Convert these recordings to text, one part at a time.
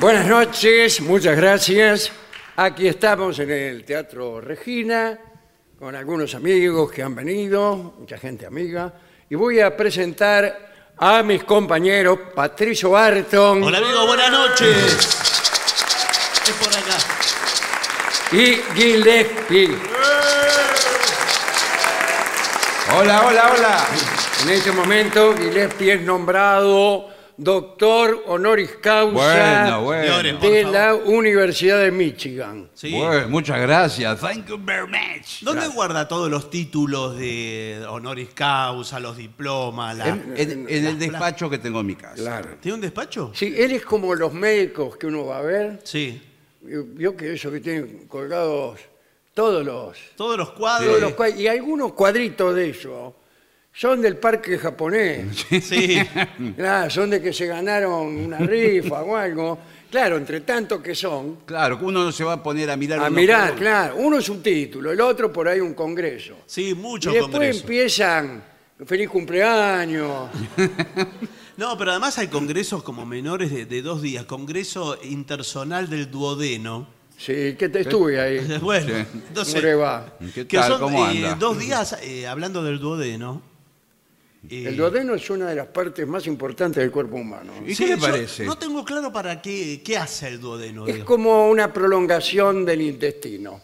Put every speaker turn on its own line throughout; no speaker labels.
Buenas noches, muchas gracias. Aquí estamos en el Teatro Regina con algunos amigos que han venido, mucha gente amiga, y voy a presentar a mis compañeros Patricio Barton
Hola amigo, buenas noches. Es por acá.
y Gillespie.
Hola, hola, hola.
En este momento Gillespie es nombrado doctor honoris causa
Bueno, bueno.
Señores, por
de
favor.
la Universidad de Michigan.
Sí.
Bueno, muchas gracias. Thank you very much.
¿Dónde
Gracias.
guarda todos los títulos de honoris causa, los diplomas? la-
En, en- en el despacho que tengo en mi casa.
Claro.
¿Tiene un despacho?
Sí, él es como los médicos que uno va a ver.
Sí.
Vio que eso que tienen colgados todos los,
Todos los
todos
cuadros.
los cua- y algunos cuadritos de eso son del parque japonés.
Sí.
Claro, son de que se ganaron una rifa o algo. Claro, entre tanto que son.
Claro, que uno no se va a poner a mirar.
A
uno
mirar,
por uno.
claro. Uno es un título, el otro por ahí un congreso.
Sí,
Y
muchos
después
congresos.
empiezan feliz cumpleaños.
No, pero además hay congresos como menores de, de dos días. Congreso intersonal del duodeno.
Sí, que te estuve ahí.
Bueno,
Sí.
entonces...
¿Cómo le va?
¿Qué
que
tal?
son
¿Cómo
eh,
anda?
dos días eh, hablando del duodeno. Eh,
El duodeno es una de las partes más importantes del cuerpo humano.
¿Y
sí,
qué le
yo
parece?
No tengo claro para qué, qué hace el duodeno.
Es
digo.
como una prolongación del intestino.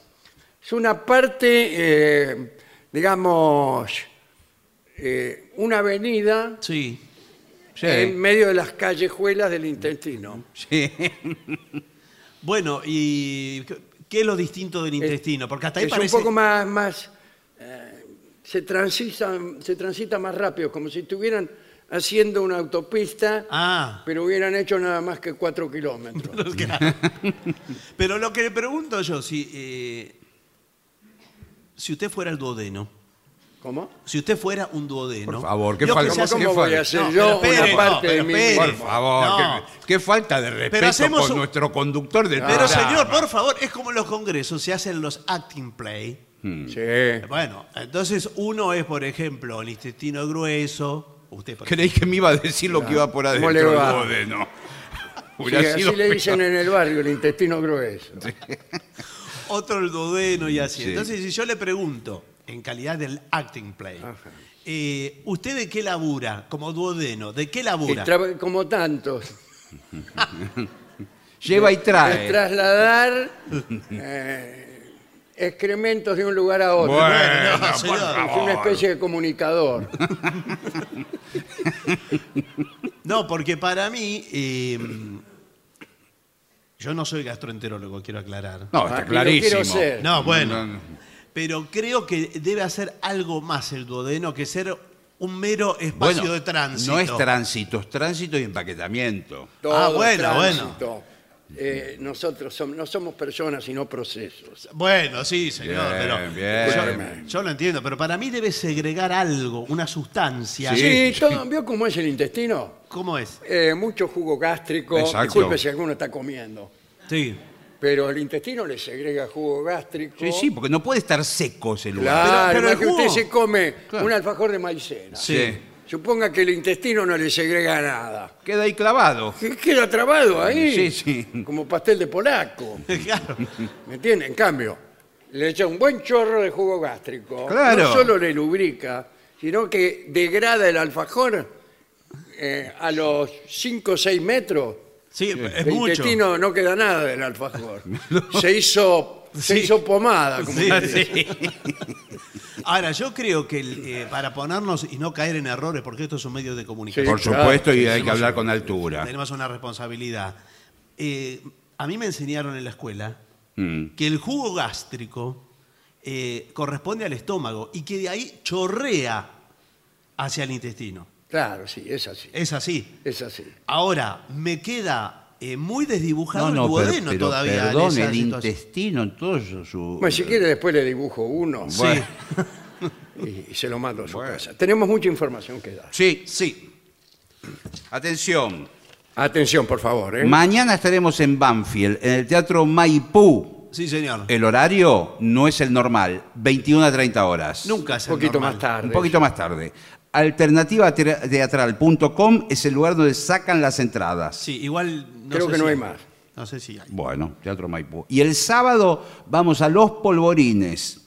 Es una parte, eh, digamos, eh, una avenida
Sí.
Sí,
en medio de las callejuelas del intestino.
sí.
Bueno, ¿y qué- qué es lo distinto del intestino? Porque hasta ahí
es
parece...
un poco más, más eh, se, transitan- se transita más rápido, como si estuvieran haciendo una autopista,
Ah,
pero hubieran hecho nada más que cuatro kilómetros.
pero lo que le pregunto yo, si, eh, si usted fuera el duodeno,
¿Cómo?
si usted fuera un duodeno...
Por favor, qué
vio que
falta-
se hace-
¿Cómo, cómo voy a hacer
No,
yo
pero espere,
una parte
no,
de
pero
mi
espere.
Por
cuerpo?
favor,
No.
qué, qué falta de respeto
hacemos
por
un-
nuestro conductor de
Pero
programa.
señor, por favor, es como en los congresos, se hacen los acting play.
Sí.
Bueno, entonces uno es, por ejemplo, el intestino grueso, usted... por
Creí que me iba a decir lo que iba por
¿Cómo
adentro.
le va?
el duodeno.
Sí,
Hubiera
así
sido
le
peor.
dicen en el barrio, el intestino grueso.
otro el duodeno y así.
Sí.
Entonces, si yo le pregunto, en calidad del acting play, eh, ¿usted de qué labura? Como duodeno, ¿de qué
Y
labura?
tra- como tantos.
Lleva y
Es
trae.
trasladar eh, excrementos de un lugar a otro.
Bueno,
Bueno,
por
señor.
es una
favor. Ah,
especie de comunicador.
No, porque para mí, eh, yo no soy gastroenterólogo, quiero aclarar.
No,
Ah, y
está
lo
clarísimo.
quiero ser.
No, bueno.
No, no.
Pero creo que debe hacer algo más el duodeno que ser un mero espacio
Bueno,
de tránsito.
no es tránsito, es tránsito y empaquetamiento.
Todo
Ah, bueno,
tránsito. Eh, nosotros somos, no somos personas, sino procesos.
Bueno, sí, señor,
Bien,
pero
bien.
Yo, yo lo entiendo, pero para mí debe segregar algo, una sustancia.
Sí, todo, ¿vio cómo es el intestino?
¿Cómo es?
Eh, mucho jugo gástrico.
Exacto.
Disculpe si alguno está comiendo.
Sí.
Pero el intestino le segrega jugo gástrico.
Sí, sí, porque no puede estar seco ese lugar.
Claro,
Pero- pero
más
el
que usted
jugo-
se come
Claro.
un alfajor de maicena.
Sí.
Suponga que el intestino no le segrega nada.
Queda ahí clavado.
Que Queda trabado ahí.
Sí, sí.
Como pastel de polaco.
claro.
¿Me entiende? En cambio, le echa un buen chorro de jugo gástrico.
Claro.
No solo le lubrica, sino que degrada el alfajor eh, a los 5 o 6 metros.
Sí, es
el
mucho.
intestino no queda nada del alfajor. Se hizo. Se
Sí.
hizo pomada. Como
Sí,
se dice.
sí. Ahora, yo creo que el, eh, para ponernos y no caer en errores, porque esto es un medio de comunicación,
Por
Sí, claro.
supuesto, y
Sí,
hay que
somos-
hablar con altura.
tenemos una responsabilidad. Eh, a mí me enseñaron en la escuela
Mm.
que el jugo gástrico eh, corresponde al estómago y que de ahí chorrea hacia el intestino.
Claro, sí, es así.
Es así.
Es así.
Ahora, me queda eh, muy desdibujado
No,
el
no, pero,
duodeno
pero
todavía. en
perdón,
esa
el
situación.
intestino en todo su...
Bueno, si quiere después le dibujo uno
Sí.
Sí.
y, y se lo mando a su
Bueno.
casa. Tenemos mucha información que dar.
Sí, sí. Atención.
Atención, por favor. ¿eh?
Mañana estaremos en Banfield, en el Teatro Maipú.
Sí, señor.
El horario no es el normal, 21 a 30 horas.
Nunca es
un poquito más
tarde.
tarde.
Un poquito más tarde. Alternativateatral.com es el lugar donde sacan las entradas.
Sí, igual no
Creo
sé
que no
si-
hay más.
No sé si hay.
Bueno, Teatro Maipú. Y el sábado vamos a Los Polvorines,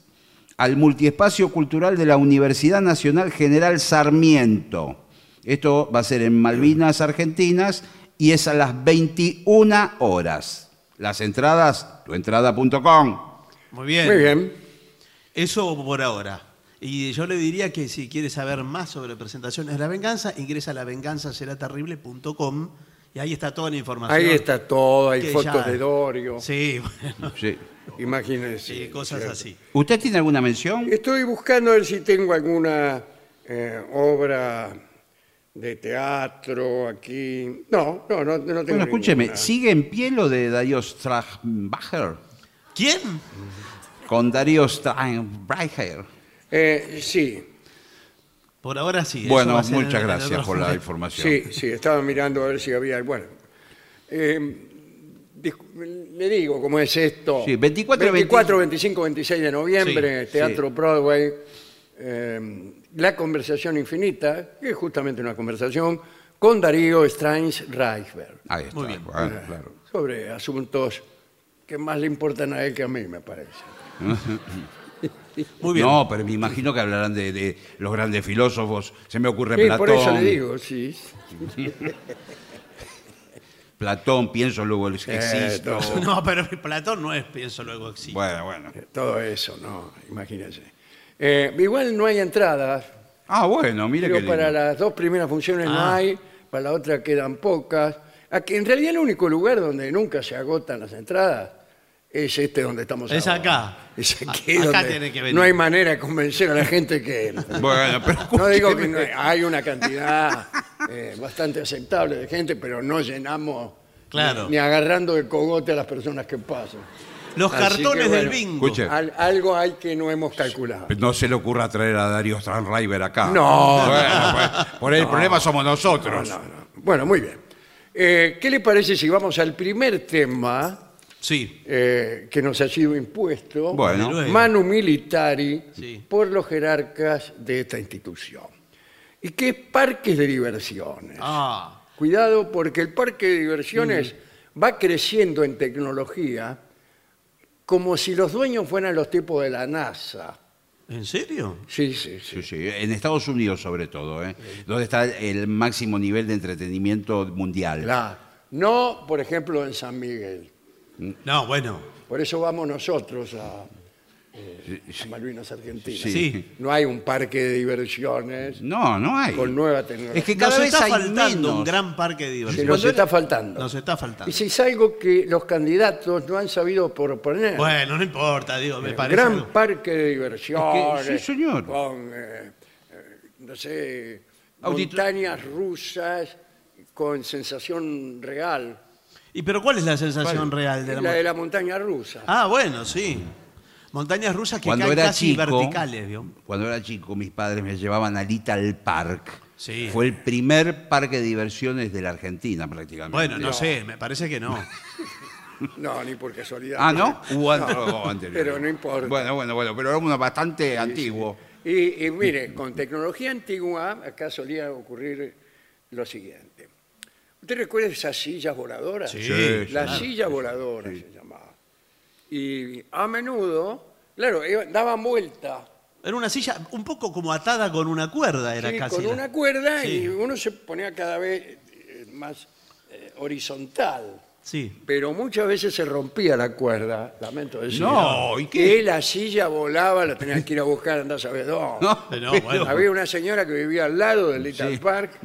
al multiespacio cultural de la Universidad Nacional General Sarmiento. Esto va a ser en Malvinas, Argentinas, y es a las 21 horas. Las entradas, tuentrada.com.
Muy bien.
Muy bien.
Eso por ahora. Y yo le diría que si quiere saber más sobre presentaciones de la venganza, ingresa a lavenganzaseraterrible.com y ahí está toda la información.
Ahí está todo, hay
Que
fotos
ya-
de Dorio,
Sí, bueno,
Sí.
imagínense.
sí, cosas
¿cierto?
así.
¿Usted tiene alguna mención?
Estoy buscando a ver si tengo alguna eh, obra de teatro aquí. No, no, no, no tengo.
Bueno, escúcheme,
ninguna.
¿sigue en pie lo de Darío Strachbacher?
¿Quién?
Con Darío Strachbacher.
Eh, sí,
Por ahora sí. eso va
Bueno,
a ser en-
muchas
en
gracias
otro
por la
momento.
información.
sí, sí, estaba mirando a ver si había. Bueno, eh, discu- le digo cómo es esto.
Sí, 24,
25, 26 de noviembre,
Sí,
Teatro Broadway. eh, la conversación infinita, que es justamente una conversación con Darío Strange Reichberg.
Ahí está.
Muy bien.
bueno, claro.
sobre asuntos que más le importan a él que a mí, me parece.
Muy bien.
No, pero me imagino que hablarán de, de los grandes filósofos. Se me ocurre
Sí,
Platón.
por eso le digo, sí.
Platón, pienso, luego existo.
todo.
No, pero Platón no es pienso luego existe.
Bueno, bueno.
Todo eso, no, imagínense. Eh, igual no hay entradas,
Ah, bueno, mire
pero
que
para las dos primeras funciones no
Ah.
hay, para la otra quedan pocas. Aquí, en realidad el único lugar donde nunca se agotan las entradas es este donde estamos
Es
ahora.
acá.
Es aquí
A- acá
donde
tiene que venir.
no hay manera de convencer a la gente que entre.
Bueno, pero
No digo que
escúcheme.
no hay, hay una cantidad eh, bastante aceptable de gente, pero no llenamos
Claro.
ni, ni agarrando el cogote a las personas que pasan.
Los
Así
cartones
que,
del
bueno,
bingo.
escuche.
Al- algo hay que no hemos calculado.
No se le ocurra traer a Darío Stranriver acá.
No.
Bueno, pues, por el problema somos nosotros.
No, no. Bueno, muy bien. Eh, ¿Qué le parece si vamos al primer tema
Sí.
eh, que nos ha sido impuesto?
Bueno.
Desde luego.
Manu Militari
Sí.
por los jerarcas de esta institución. ¿Y qué parques de diversiones?
Ah,
Cuidado porque el parque de diversiones va creciendo en tecnología como si los dueños fueran los tipos de la NASA.
¿en serio?
Sí, sí, sí.
Sí, sí, En Estados Unidos, sobre todo, ¿eh? donde está el máximo nivel de entretenimiento mundial.
La- no, por ejemplo, en San Miguel.
No, bueno.
Por eso vamos nosotros a, eh, a Malvinas Argentinas.
Sí.
Sí.
No hay un parque de diversiones
No, no hay.
con nueva tecnología.
Es que cada
nos
vez
está
hay
faltando
menos.
un gran parque de
Que
diversión.
nos está faltando.
Nos está faltando.
Y si es algo que los candidatos no han sabido proponer.
Bueno, no importa, digo, me parece.
Eh, gran
algo.
parque de diversiones.
Es que- sí, señor.
Con, eh, eh, no sé,
Audito-
montañas rusas con sensación real.
¿Y pero cuál es la sensación real
La,
de la, montaña?
de la montaña rusa.
Ah, bueno, sí. Montañas rusas que
cuando
caen
era
casi
chico,
verticales, ¿vio?
cuando era chico, mis padres me llevaban a Little Park.
Sí.
Fue el primer parque de diversiones de la Argentina, prácticamente.
Bueno, no, sé, me parece que no.
No, ni por casualidad.
Ah, ¿no? Hubo antes- hubo anterior.
pero no importa.
Bueno, bueno, bueno, pero era uno bastante antiguo.
Y, y mire, con tecnología antigua, acá solía ocurrir lo siguiente. ¿Usted recuerda esas sillas voladoras?
Sí,
Sí,
La
claro.
silla voladora se llamaba. Y a menudo, claro, iba- daban vuelta
Era una silla un poco como atada con una cuerda, era
Sí,
casi.
con
la-
una cuerda y
Sí.
uno se ponía cada vez eh, más eh, horizontal.
Sí.
Pero muchas veces se rompía la cuerda, lamento decir.
No, ¿y qué?
Y la silla volaba, la tenías que ir a buscar, andás a ver dónde.
No,
Pero,
pero-
bueno.
Había una señora que vivía al lado del Little
Sí.
Park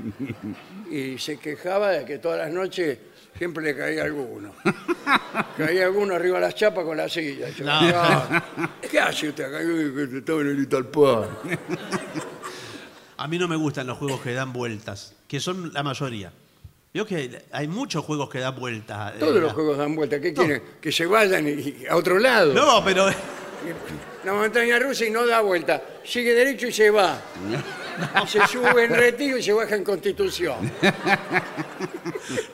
y se quejaba de que todas las noches siempre le caía alguno. caía alguno arriba de las chapas con la silla. Yo,
No.
"Ah, ¿Qué hace usted acá? Yo, que Estaba en el Little Park.
A mí no me gustan los juegos que dan vueltas, que son la mayoría. Vio que hay muchos juegos que dan vueltas. eh,
Todos los
la-
juegos dan vuelta. ¿Qué
No.
quieren? Que se vayan y- y a otro lado.
No, pero
La montaña rusa y no da vuelta. Sigue derecho y se va. Se sube en retiro y se baja en constitución.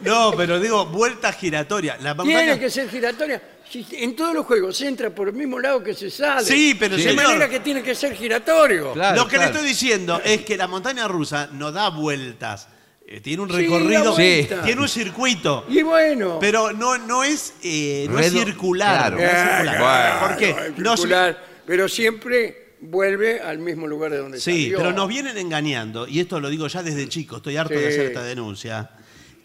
no, pero digo vueltas giratorias. La
Tiene
montaña-
que ser giratoria. Si en todos los juegos se entra por el mismo lado que se sale.
Sí, pero
De
señor.
manera que tiene que ser giratorio.
Claro,
Lo que
claro.
le estoy diciendo es que la montaña rusa no da vueltas. eh, tiene un
Sí, la
recorrido,
vuelta.
tiene un circuito.
Y bueno,
Pero no, no es, eh, no es
Redo-
circular.
claro.
no es circular.
Claro,
¿Por qué?
es
Nos-
circular, pero siempre vuelve al mismo lugar de donde
sí,
salió.
pero nos vienen engañando, y esto lo digo ya desde chico, estoy harto de
Sí.
hacer esta denuncia.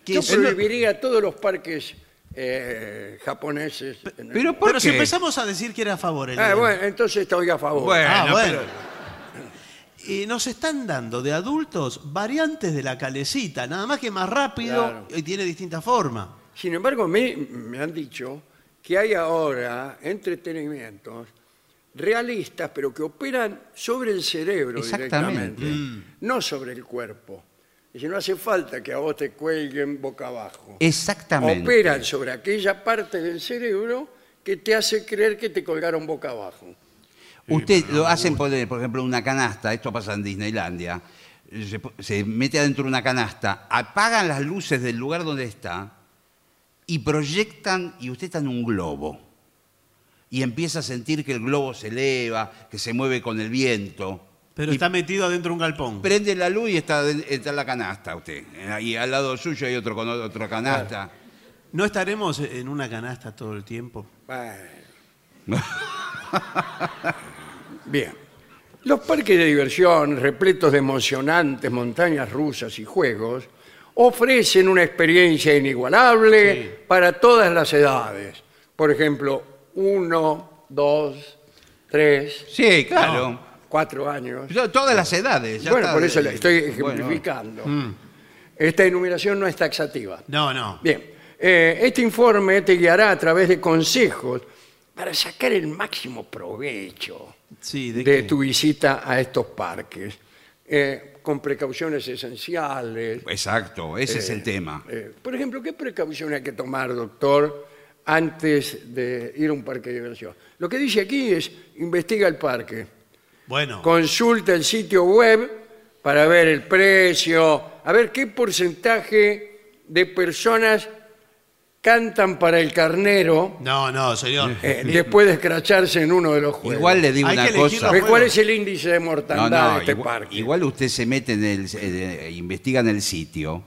que
Yo
es una-
prohibiría todos los parques eh, japoneses. en el-
Pero ¿por
pero si
qué?
empezamos a decir que era a favor el
Ah,
dedo.
bueno, entonces estoy a favor.
Bueno.
Ah,
no,
bueno. Y nos están dando de adultos variantes de la calecita, nada más que más rápido
Claro.
y tiene distinta forma.
Sin embargo, a mí me han dicho que hay ahora entretenimientos realistas, pero que operan sobre el cerebro
Exactamente.
directamente, no sobre el cuerpo. Y si no hace falta que a vos te cuelguen boca abajo.
Exactamente.
Operan sobre aquella parte del cerebro que te hace creer que te colgaron boca abajo.
Usted lo hacen poner, por ejemplo, una canasta, esto pasa en Disneylandia, se, po- se mete adentro de una canasta, apagan las luces del lugar donde está y proyectan, y usted está en un globo. Y empieza a sentir que el globo se eleva, que se mueve con el viento.
Pero
y
está metido adentro de un galpón.
prende la luz y está, de- está la canasta usted. Y al lado suyo hay otro con o- otra canasta.
¿No estaremos en una canasta todo el tiempo?
Bueno. Bien. Los parques de diversión, repletos de emocionantes montañas rusas y juegos, ofrecen una experiencia inigualable
Sí.
para todas las edades. Por ejemplo, uno, dos, tres,
Sí, claro.
cuatro años.
Yo- Todas las edades. ya
bueno,
está. eh,
por eso le estoy
Bueno. mm.
ejemplificando. Esta enumeración no es taxativa.
No, no.
Bien, eh, este informe te guiará a través de consejos para sacar el máximo provecho
Sí,
de,
¿de qué?
tu visita a estos parques, eh, con precauciones esenciales.
Exacto, ese es el tema.
Eh, por ejemplo, ¿qué precaución hay que tomar, doctor, antes de ir a un parque de diversión? Lo que dice aquí es, investiga el parque,
Bueno,
consulta el sitio web para ver el precio, a ver qué porcentaje de personas cantan para el carnero
no, no, señor.
eh, después de escracharse en uno de los juegos.
Igual le digo
Hay que
una
elegir
cosa.
los
Ve ¿Cuál
juegos.
es el índice de
No,
mortandad
no,
de este
igual,
parque?
igual usted se mete en el. eh, investiga en el sitio.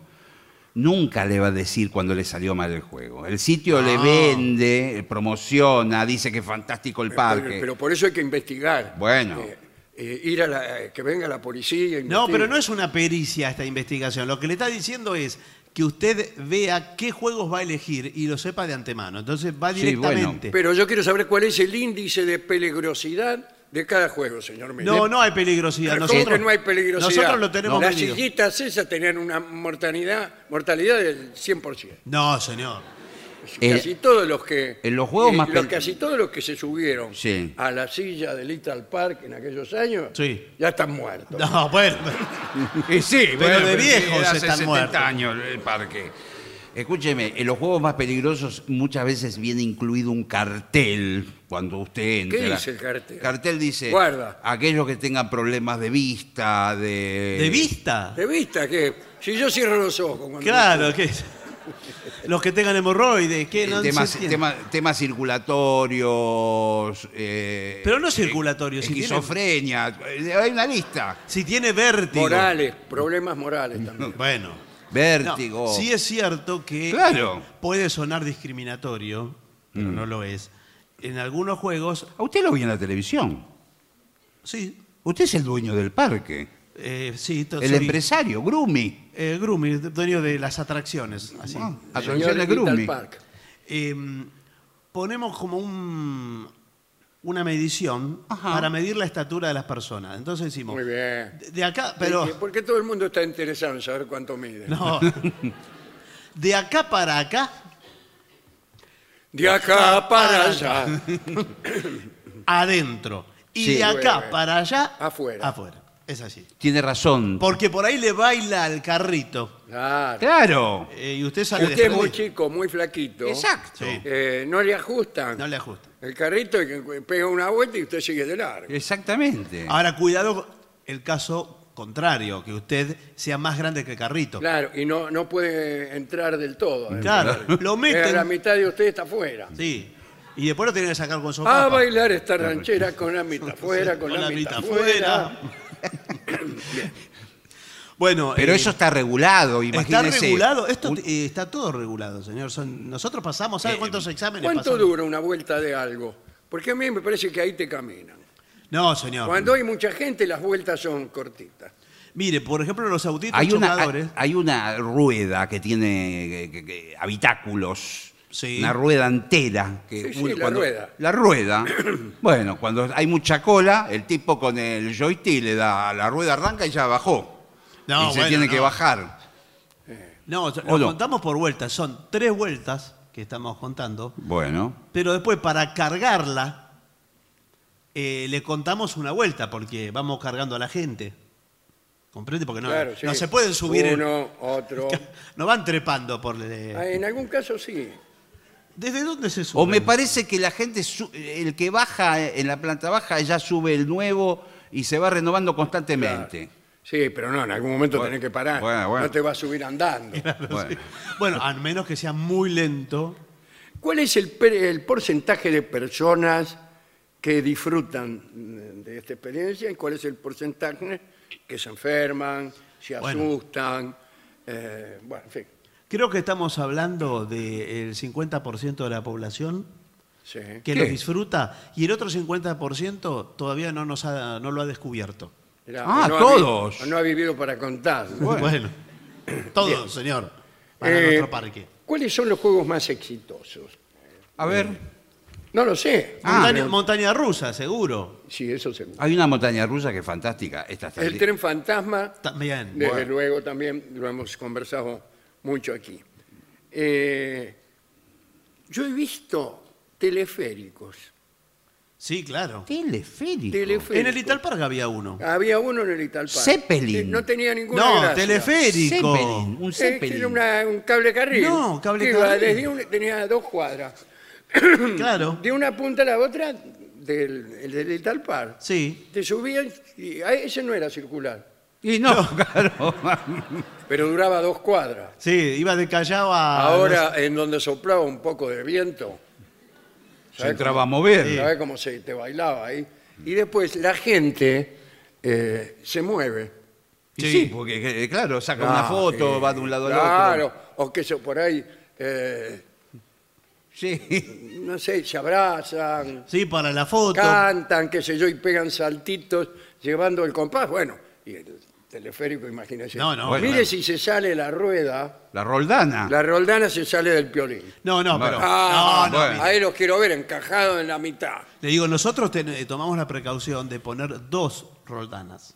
Nunca le va a decir cuando le salió mal el juego. El sitio le
No.
vende, promociona, dice que es fantástico el
Pero-
parque.
Pero por eso hay que investigar.
Bueno.
Eh, eh, ir a la- eh, que venga la policía.
No, pero no
es...
es una pericia esta investigación. Lo que le está diciendo es que usted vea qué juegos va a elegir y lo sepa de antemano. Entonces va
Sí, bueno.
directamente.
Pero yo quiero saber cuál es el índice de peligrosidad de cada juego, señor Miller.
No, no hay peligrosidad.
Pero
Nosotros,
¿cómo que no hay peligrosidad?
Nosotros lo tenemos
Las
medido.
sillitas esas tenían una mortalidad, mortalidad del 100%.
No, señor.
Eh,
casi todos los que... eh,
en los juegos más
los-
pel-
Casi todos los que se subieron
Sí.
a la silla de Little Park en aquellos años,
Sí.
ya están muertos.
No, bueno.
Y sí,
Pero de
tiene
viejos
hace
están
70
muertos.
años el parque. Escúcheme, en los juegos más peligrosos muchas veces viene incluido un cartel cuando usted entra.
dice el cartel?
Cartel dice,
Guarda.
aquellos que tengan problemas de vista, de...
De vista.
¿Te vista que si yo cierro los ojos cuando...
Claro, que los que tengan hemorroides, que no se
temas,
entiende.
tema- temas circulatorios. eh,
Pero no circulatorios, si tiene-
Esquizofrenia. eh, Hay una lista.
Si tiene vértigo.
Morales, problemas morales también.
Bueno. No,
Vértigo.
sí es cierto que
Claro. Mm.
puede sonar discriminatorio, pero no lo es. En algunos juegos,
A usted lo vio en la televisión.
sí.
Usted es el dueño del parque.
eh, sí to-
El
soy,
empresario, Grumi.
eh, Grumi, dueño de las atracciones. así.
Ah,
Señor
atención de
Little
Grumi.
Park.
Em, ponemos como un- una medición
Ajá.
para medir la estatura de las personas. Entonces decimos,
Muy bien.
de- de acá,
¿Y
pero
¿Por qué todo el mundo está interesado en saber cuánto mide?
no, de acá para acá,
De acá para allá.
adentro. Y
Sí.
de
Muy
acá
bien.
para allá,
Afuera.
Afuera. Es así.
Tiene razón.
Porque por ahí le baila al carrito.
Claro.
Claro.
eh, y usted
Si
sale
usted es muy
desprendido.
chico, muy flaquito.
Exacto.
Sí.
eh, no le ajustan.
No le ajusta.
El carrito que pega una vuelta y usted sigue de largo.
Exactamente.
Ahora, cuidado el caso contrario, que usted sea más grande que el carrito.
Claro, y no, no puede entrar del todo. ¿eh?
Claro, lo
Eh, La
meten.
mitad de usted está afuera.
Sí. Y después lo tienen que sacar con sopa.
A bailar esta ranchera con la mitad afuera, con, la, mitad afuera.
Bueno,
Pero
eh,
eso está regulado,
está
imagínese.
regulado. Esto
Un- Eh,
eh, está todo regulado, señor. Son- nosotros pasamos, ¿sabe cuántos exámenes
¿Cuánto
pasamos?
dura una vuelta de algo? Porque a mí me parece que ahí te caminan.
No, señor.
Cuando hay mucha gente, las vueltas son cortitas.
Mire, por ejemplo, los autitos
Hay una,
chocadores.
hay- hay una rueda que tiene eh, que- que- habitáculos.
Sí.
Una rueda entera. Que
Sí, sí, la rueda.
La rueda. bueno, cuando hay mucha cola, el tipo con el joystick le da a la rueda arranca y ya bajó.
No,
y
bueno,
se tiene
no.
que bajar.
No, lo
no?
contamos por vueltas. Son tres vueltas que estamos contando.
Bueno.
Pero después, para cargarla, eh, le contamos una vuelta, porque vamos cargando a la gente. ¿Comprende? Porque no,
Claro, sí.
no se pueden subir. en-
Uno, otro.
no van trepando por. eh,
Ah, En algún caso sí.
¿Desde dónde se
O
suben?
me parece que la gente, su- el que baja eh, en la planta baja ya sube el nuevo y se va renovando constantemente.
Sí, pero no, en algún momento
Bueno,
tenés que parar.
bueno, bueno.
No te vas a subir andando.
Bueno.
Bueno, al menos que sea muy lento.
¿Cuál es el, per- el porcentaje de personas que disfrutan de esta experiencia y cuál es el porcentaje que se enferman, se
Bueno.
asustan? eh, bueno, en fin.
Creo que estamos hablando del 50% de la población
sí.
que
¿Qué?
lo disfruta y el otro 50% todavía no, nos ha- no lo ha descubierto.
Era-
Ah,
o no ha
todos.
vi- o no ha vivido para contar. ¿no?
Bueno, todo, señor, para
Eh,
nuestro parque.
¿Cuáles son los juegos más exitosos?
A ver,
No lo sé.
Ah,
montaña,
pero-
montaña rusa, seguro.
sí, eso seguro.
hay una montaña rusa que es fantástica. Esta está
El
li-
tren fantasma
También.
Desde
Bueno.
luego también lo hemos conversado mucho aquí. Eh, yo he visto teleféricos.
Sí, claro.
Teleférico.
Teleférico.
En el Italpark había uno.
Había uno en el Italpark.
Zeppelin.
Eh, No tenía ninguna
No,
gracia.
teleférico.
Zeppelin, un
Eh,
Zeppelin.
Era una- un cable carril.
No, cable
Que iba
carril.
desde un- tenía dos cuadras.
Claro.
Mm.
De una punta a la otra del, el del Italpark.
Sí.
Te subían y ah, ese no era circular,
Y no, claro.
pero duraba dos cuadras.
Sí, iba de Callao a.
Ahora, en donde soplaba un poco de viento.
Se entraba a mover.
¿Sabes cómo se te bailaba ahí? Y después la gente eh, se mueve.
Y Sí, porque eh, claro, saca una
Ah,
foto,
eh,
va de un lado al
Claro,
otro.
o que se- por ahí, eh,
Sí.
no sé, se abrazan,
Sí, para la foto.
cantan, qué sé yo, y pegan saltitos llevando el compás. Bueno, y el teleférico, imagínese.
No, no,
Mire
bueno.
si se sale la rueda,
La Roldana.
la roldana se sale del piolín.
No, no, pero.
Ah,
no, no,
bueno.
mire.
ahí los quiero ver encajados en la mitad.
Le digo, nosotros ten- eh, tomamos la precaución de poner dos roldanas.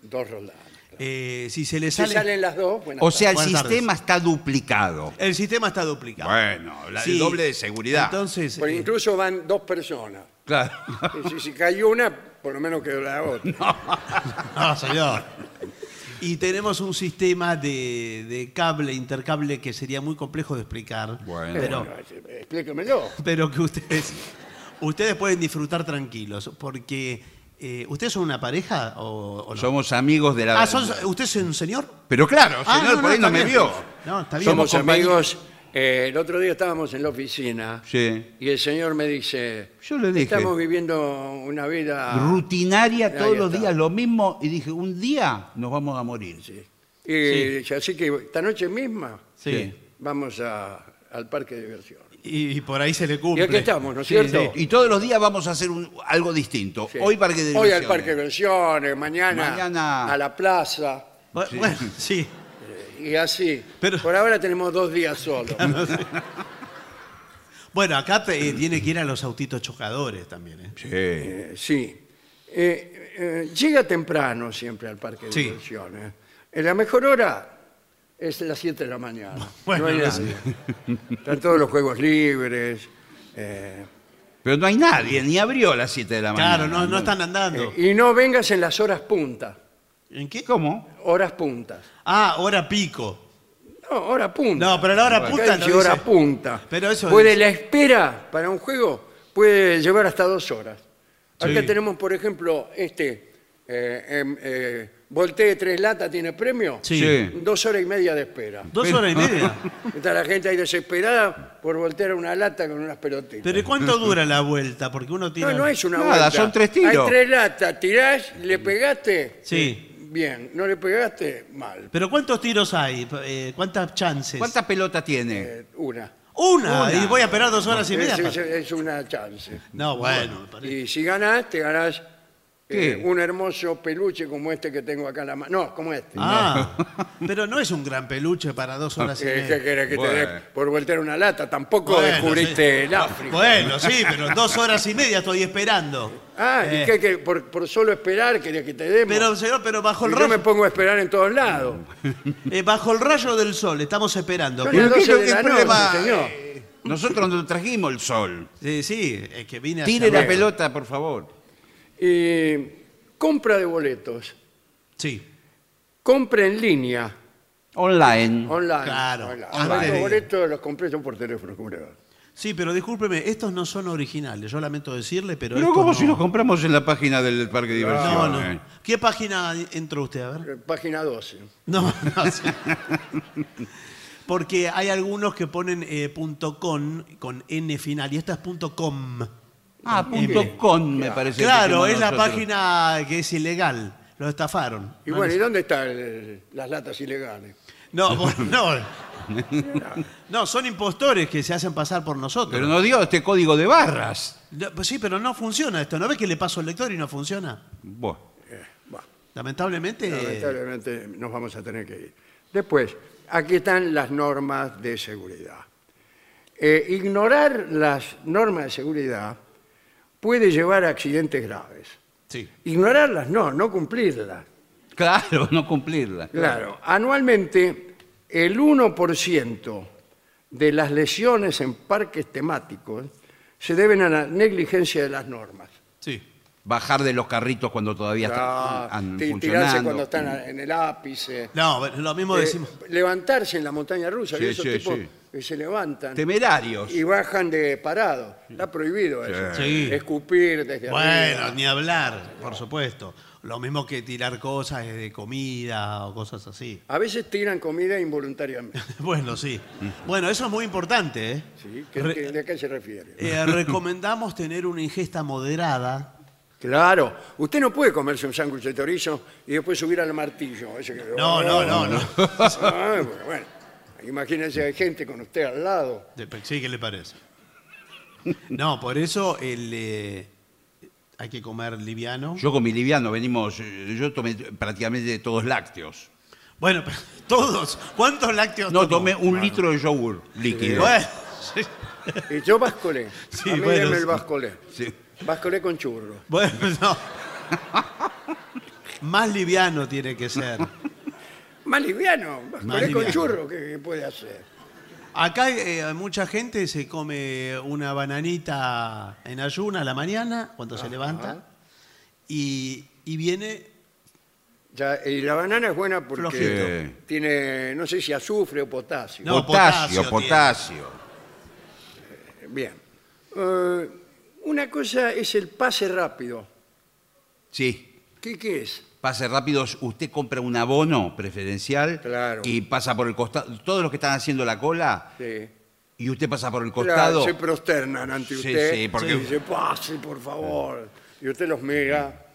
Dos roldanas.
Eh, si se le
Si
sale,
salen las dos, buenas
O sea, el
Buenas tardes.
sistema está duplicado.
El sistema está duplicado.
Bueno, la- el
Sí.
doble de seguridad.
Entonces,
Pero
eh,
incluso van dos personas.
Claro.
Y Si, si cayó una, por lo menos quedó la otra.
no, señor. Y tenemos un sistema de, de cable, intercable, que sería muy complejo de explicar.
Bueno.
pero,
Bueno, eh, explíquemelo.
pero que ustedes, ustedes pueden disfrutar tranquilos. Porque, eh, ¿ustedes son una pareja o, o no?
Somos amigos de la.
Ah, ¿son- ¿usted es un señor?
Pero claro,
Ah,
señor, por ahí
está
no me
bien.
vio.
No, está bien.
Somos
compañía.
amigos. Eh, el otro día estábamos en la oficina
Sí.
y el señor me dice,
Yo le dije.
estamos viviendo una vida...
Ah. Rutinaria todos
Ahí
los
está.
días, lo mismo. Y dije, un día nos vamos a morir.
Y dice, así que esta noche misma
Sí.
vamos a- al parque de diversión.
Y, y por ahí se le
Y
cumple.
aquí estamos, ¿no es
Sí,
cierto?
sí.
Y todos los días vamos a hacer un- algo distinto.
Sí.
Hoy parque de
Hoy al
diversiones.
parque de diversiones, mañana,
Mañana-
a la plaza
Bu-
Sí.
Bueno, sí.
y así.
Pero-
Por ahora tenemos dos días solos.
Bueno, acá te- eh, tiene que ir a los autitos chocadores también. ¿eh?
Sí.
Eh, sí. Eh, eh, llega temprano siempre al parque de
Sí.
diversiones. Eh, La mejor hora es las 7 de la mañana.
Bueno,
no hay
gracias.
nadie. Están todos los juegos libres. eh,
Pero no hay nadie, ni abrió a las 7 de la mañana.
Claro, no, no están andando.
y no vengas en las horas puntas.
¿En qué?
¿Cómo?
Horas puntas.
Ah, hora pico.
No, hora punta.
No, pero la hora
Acá
punta no
dice hora
dice-
punta.
Pero eso
puede
dice-
la espera para un juego puede llevar hasta dos horas. Acá
Sí.
tenemos, por ejemplo, este eh, em, eh, voltee tres latas tiene premio.
Sí.
Dos horas y media de espera.
Dos horas y media.
Está la gente ahí desesperada por voltear una lata con unas pelotitas.
Pero ¿y ¿cuánto dura la vuelta? Porque uno tiene.
no, no es una
Nada,
vuelta.
son tres tiros.
Hay tres latas, tirás, le pegaste.
Sí.
bien. No le pegaste mal.
Pero ¿cuántos tiros hay? Eh, ¿Cuántas chances?
¿Cuánta pelota tiene?
Eh, una. Eh,
Una.
Una.
Y voy a esperar dos horas y media.
Es, es-
para-
es una chance.
No, bueno. me parece.
Y si ganás, te ganás eh,
¿Qué?
un hermoso peluche como este que tengo acá en la mano. No, como este.
Ah, pero no es un gran peluche para dos horas y
Eh, ¿Qué
media.
querés que te dé
Bueno.
por voltear una lata? Tampoco
Bueno,
descubriste
sí.
el África.
Bueno, sí, pero dos horas y media estoy esperando.
Ah, ¿y
Eh,
qué? qué- por, por solo esperar querías que te demos?
Pero, señor, pero bajo el
Y yo me
rayo,
pongo a esperar en todos lados.
eh, bajo el rayo del sol, estamos esperando.
Son las
¿qué es
12
lo
de
que
la
prueba?
noche, señor.
Nosotros no trajimos el sol.
Sí, sí, es que vine a
Tire la
saber.
pelota, por favor.
Y compra de boletos.
Sí.
Compra en línea,
Online.
online.
Claro,
online.
online.
Ahora Los boletos los compré yo por teléfono. ¿cómo le va? Eh,
Sí, pero discúlpeme, estos no son originales, yo lamento decirle, pero.
Pero
estos
como
no.
si los compramos en la página del parque de
No,
diversiones.
no. ¿Qué página entró usted? A ver.
Eh, Página 12.
No, no sé. Porque hay algunos que ponen eh, punto .com con N final y esta es punto .com.
Ah, punto com me parece. que
Claro,
hicimos
es la
nosotros.
página que es ilegal. Lo estafaron.
Y bueno, ¿y dónde están eh, las latas ilegales?
No, vos- no. No, son impostores que se hacen pasar por nosotros.
Pero no dio este código de barras.
No, pues sí, pero no funciona esto. ¿No ves que le paso al lector y no funciona?
Bueno.
Bueno,
Eh.
Lamentablemente.
lamentablemente nos vamos a tener que ir. Después, aquí están las normas de seguridad. Eh, ignorar las normas de seguridad puede llevar a accidentes graves.
Sí.
Ignorarlas no, no cumplirlas.
Claro, no cumplirla.
Claro, anualmente el 1% de las lesiones en parques temáticos se deben a la negligencia de las normas.
Sí.
Bajar de los carritos cuando todavía
Ah,
están
ti-
funcionando.
tirarse cuando están a- en el ápice.
No, bueno, lo mismo
eh,
decimos.
levantarse en la montaña rusa,
Sí,
y esos
sí,
tipos
sí.
que se levantan
Temerarios.
y bajan de parado. Está prohibido eso.
Sí.
Escupir desde
Bueno,
arriba.
ni hablar, por supuesto. Lo mismo que tirar cosas eh, de comida o cosas así.
A veces tiran comida involuntariamente.
Bueno, sí. Bueno, eso es muy importante, ¿eh?
¿sí? ¿Qué-
Re-
qué- ¿De qué se refiere?
eh, recomendamos tener una ingesta moderada.
Claro, usted no puede comerse un sándwich de chorizo y después subir al martillo. Ese que-
No, no, no, no.
Ah, bueno, bueno. imagínense, hay gente con usted al lado.
De- Sí, ¿qué le parece? No, por eso el, eh, hay que comer liviano.
Yo con mi liviano venimos, eh, yo tomé prácticamente todos lácteos.
Bueno, pero todos. ¿Cuántos lácteos
No,
tomó?
tomé un litro de yogur líquido.
Bueno, sí.
Y yo bascolé.
Sí,
A mí
bueno,
deme el
sí.
bascolé.
Sí.
Bascolé con churro.
Bueno, no. Más liviano tiene que ser.
Más liviano, bascolé
Más
con
liviano.
churro, ¿qué, qué puede hacer?
Acá eh, mucha gente se come una bananita en ayuna a la mañana, cuando se levanta, y, y viene...
Ya, y la banana es buena porque
Flojito.
tiene, no sé si azufre o potasio.
No,
potasio,
potasio
potasio.
Bien. Eh, una cosa es el pase rápido.
Sí.
¿Qué, qué es?
Pase rápido, usted compra un abono preferencial
Claro.
y pasa por el costado. Todos los que están haciendo la cola
Sí.
y usted pasa por el
Claro,
costado.
se prosternan ante
Sí,
usted
sí, porque-
y dice, pase, por favor. Y usted los mira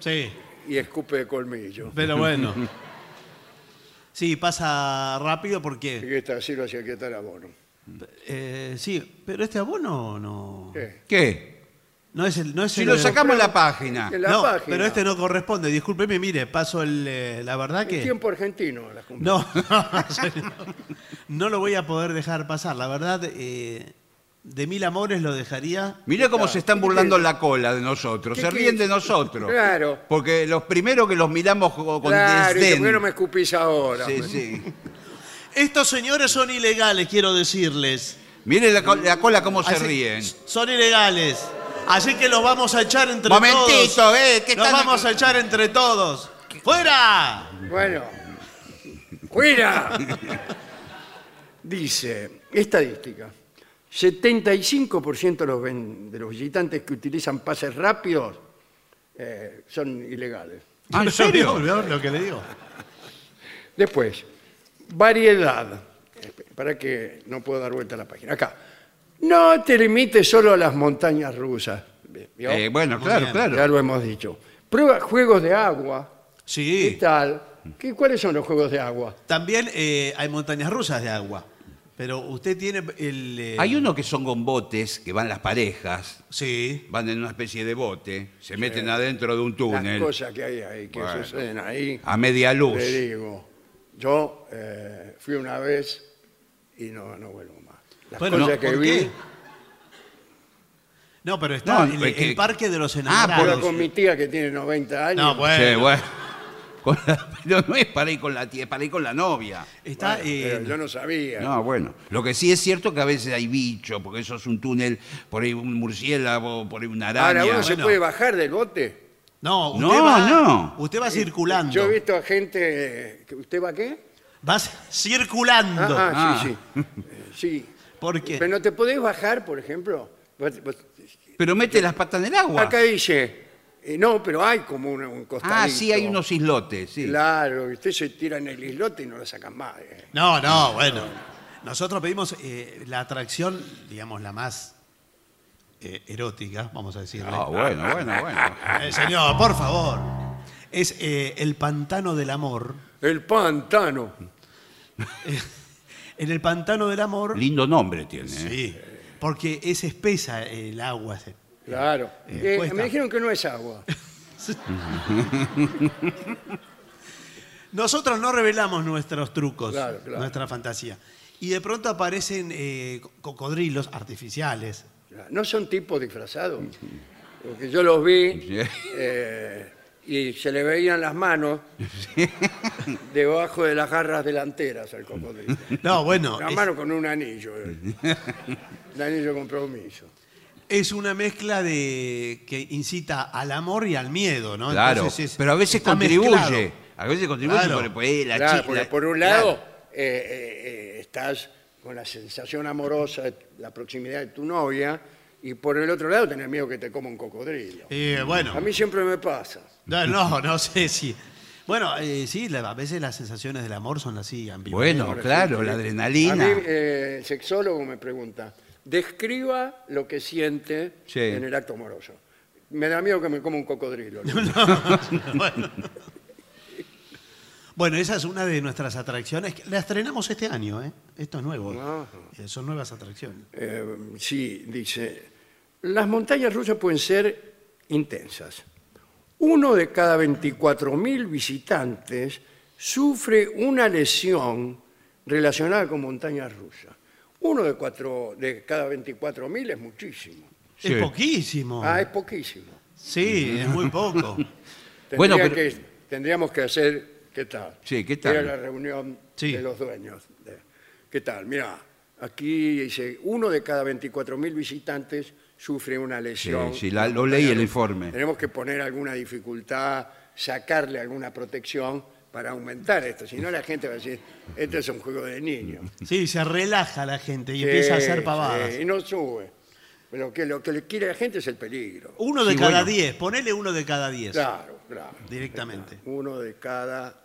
Sí,
y escupe de colmillo.
pero bueno. Sí, pasa rápido porque...
Y está así lo hacía quietar abono.
eh, sí, pero este abono no...
¿Qué?
¿Qué?
No es el... No es
Si
el-
lo sacamos la página.
En la
No,
página.
pero este no corresponde. Discúlpeme, mire, paso el... eh, la verdad
El
que...
tiempo argentino las cumple.
No, señor. no lo voy a poder dejar pasar. La verdad, eh, de mil amores lo dejaría.
Mirá cómo se están
¿Qué
burlando
quiere?
la cola de nosotros.
¿Qué
Se ríen
quiere?
de nosotros.
Claro.
Porque los primeros que los miramos co- con
claro, y dice,
desdén.
¿por qué no me escupís ahora?
Sí, sí.
Estos señores son ilegales, quiero decirles.
Miren la, col- la cola cómo se
Así-
ríen.
Son ilegales. Así que los vamos a echar entre
Momentito,
todos.
eh, ¿qué
los
están-
vamos a echar entre todos. ¡Fuera!
Bueno, fuera. Dice, estadística, 75% de los, ven- de los visitantes que utilizan pases rápidos eh, son ilegales.
Ah, ¿en serio?
Mirá lo que le digo.
Después, variedad. Para que no puedo dar vuelta a la página. Acá. No te limites solo a las montañas rusas. ¿Vio?
Eh, bueno,
Muy
claro,
bien.
claro.
Ya lo hemos dicho. Prueba juegos de agua, ¿Qué
Este-
Sí.
tal? ¿Qué- ¿Cuáles son los juegos de agua?
También eh, hay montañas rusas de agua. Pero usted tiene el. eh,
Hay uno que son con botes, que van las parejas,
Sí.
van en una especie de bote, se meten adentro de un túnel,
Las cosas que hay ahí, que
Bueno.
suceden ahí.
a media luz.
Le digo, yo eh, fui una vez y no, no vuelvo más. Las
Bueno,
cosas
no,
que
¿por
vi,
qué? No, pero está
No,
el,
es que-
el Parque de los
Ah, pero
Enamorados.
con mi tía que tiene 90 años,
No, bueno.
Sí, bueno. Con la- pero no es para ir con la tía, es para ir con la novia.
Está.
bueno,
eh,
pero yo no sabía.
No, bueno. Lo que sí es cierto que a veces hay bicho, porque eso es un túnel, por ahí un murciélago, por ahí una araña.
Ahora, ¿uno se
Bueno.
puede bajar del bote?
No, usted
No,
va,
no.
Usted va circulando.
Eh, Yo he visto a gente... eh, que- ¿Usted va qué?
Va circulando.
Ah, ah, sí, sí. Eh, sí.
Porque
Pero no te podés bajar, por ejemplo. Vos- vos-
Pero mete las patas en el agua.
Acá dice... eh, no, pero hay como un, un costadito.
ah, sí, hay unos islotes, sí.
Claro, y usted se tira en el islote y no la sacan más. eh.
No, no, bueno. Nosotros pedimos eh, la atracción, digamos, la más eh, erótica, vamos a decirle.
Ah, bueno, bueno, bueno.
Eh, señor, por favor. Es eh, el pantano del amor.
El pantano.
En el pantano del amor.
Lindo nombre tiene. ¿eh?
Sí. Porque es espesa el agua. se-
Claro.
Eh,
Eh,
cuesta.
me dijeron que no es agua.
Nosotros no revelamos nuestros trucos,
Claro, claro.
nuestra fantasía. Y de pronto aparecen eh, co- cocodrilos artificiales.
No son tipos disfrazados. Porque yo los vi
Sí.
eh, y se le veían las manos debajo de las garras delanteras al cocodrilo.
No, bueno.
Una
es-
mano con un anillo. eh. Un anillo compromiso.
Es una mezcla de que incita al amor y al miedo, ¿no?
Claro.
Entonces es-
pero a veces
está
contribuye.
mezclado.
A veces contribuye
Claro.
por, por ahí la
Claro,
chi-
porque
la-
por un
claro.
lado eh, eh, eh, estás con la sensación amorosa, de la proximidad de tu novia, y por el otro lado tenés miedo que te coma un cocodrilo.
Eh,
A
bueno,
mí siempre me pasa.
no, no, no sé si. Bueno, eh, sí, la- a veces las sensaciones del amor son así, ambiguas.
Bueno, claro, la adrenalina.
A mí, eh, el sexólogo me pregunta, describa lo lo que siente
Sí.
en el acto amoroso. Me da miedo que me coma un cocodrilo.
bueno. Bueno, esa es una de nuestras atracciones. que La estrenamos este año, ¿eh? Esto es nuevo.
Ah.
Eh, son nuevas atracciones.
Eh, sí, dice, las montañas rusas pueden ser intensas. Uno de cada 24.000 visitantes sufre una lesión relacionada con montañas rusas. Uno de, cuatro, de cada 24.000 es muchísimo.
Sí.
Es poquísimo.
Ah, es poquísimo.
Sí, es muy poco.
Tendría
Bueno, pero-
que- tendríamos que hacer, ¿qué tal?
Sí, ¿qué tal?
Era la reunión
Sí.
de los dueños. de- ¿Qué tal? Mira, aquí dice, uno de cada 24.000 visitantes sufre una lesión.
Sí, sí, la- lo leí el informe.
Tenemos que poner alguna dificultad, sacarle alguna protección para aumentar esto. Si no, la gente va a decir, este es un juego de niños.
Sí, se relaja la gente y
Sí,
empieza a hacer
sí,
pavadas.
y no sube. Lo que, lo que le quiere la gente es el peligro.
Uno de
Sí,
cada
bueno.
diez, ponele uno de cada diez.
Claro, claro.
Directamente.
Uno de cada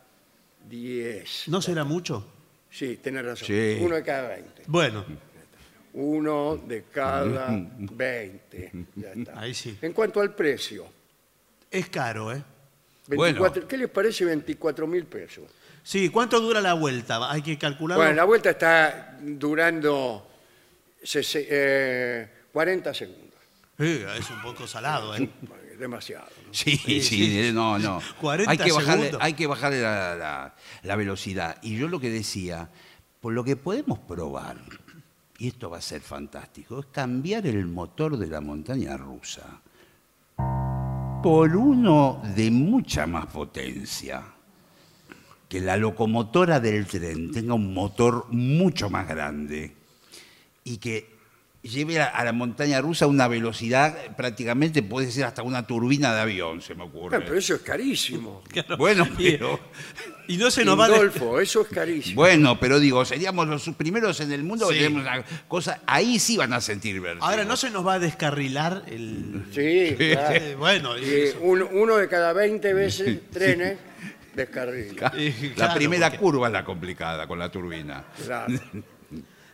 10.
¿No será mucho?
Sí, tenés razón.
Sí.
Uno de cada 20.
Bueno,
Uno de cada 20. Ya está.
Ahí sí.
En cuanto al precio,
es caro, ¿eh?
24
Bueno.
¿qué les parece 24 mil pesos?
Sí, ¿cuánto dura la vuelta? Hay que calcularlo.
Bueno, la vuelta está durando sese- eh, 40 segundos.
Sí, es un poco salado, ¿eh?
Demasiado. ¿no?
Sí, sí,
sí.
no, no.
40
hay que bajarle,
segundos.
hay que bajarle la, la- la velocidad. Y yo lo que decía, por lo que podemos probar, y esto va a ser fantástico, es cambiar el motor de la montaña rusa por uno de mucha más potencia. Que la locomotora del tren tenga un motor mucho más grande y que lleve a, a la montaña rusa a una velocidad eh, prácticamente puede ser hasta una turbina de avión, se me
Bueno, pero
ocurre.
eso es carísimo.
Bueno,
Y-
pero,
Y no se nos va de...
Indolfo, eso es carísimo.
bueno, pero digo, seríamos los primeros en el mundo que
Sí.
tenemos una cosa, ahí sí van a sentir vértigo.
Ahora, ¿no se nos va a descarrilar el...
Sí, claro.
Eh, bueno, y
Y
eso.
uno, uno de cada 20 veces trenes descarrila.
Eh,
la
claro,
primera
porque-
curva es la complicada con la turbina.
Claro.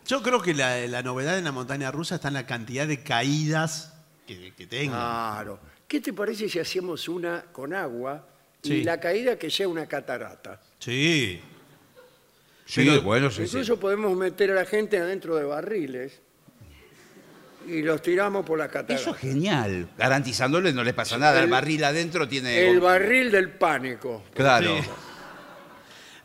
Yo creo que la, la novedad en la montaña rusa está en la cantidad de caídas que, que tenga.
Ah. Claro. ¿Qué te parece si hacemos una con agua y
Sí.
la caída que sea una catarata.
Sí.
Sí,
Pero-
bueno, sí, sí.
Incluso podemos meter a la gente adentro de barriles y los tiramos por la
Eso
catarata.
es genial. Garantizándole no le pasa nada. El,
El-
barril adentro tiene.
El barril del pánico.
Claro.
Sí.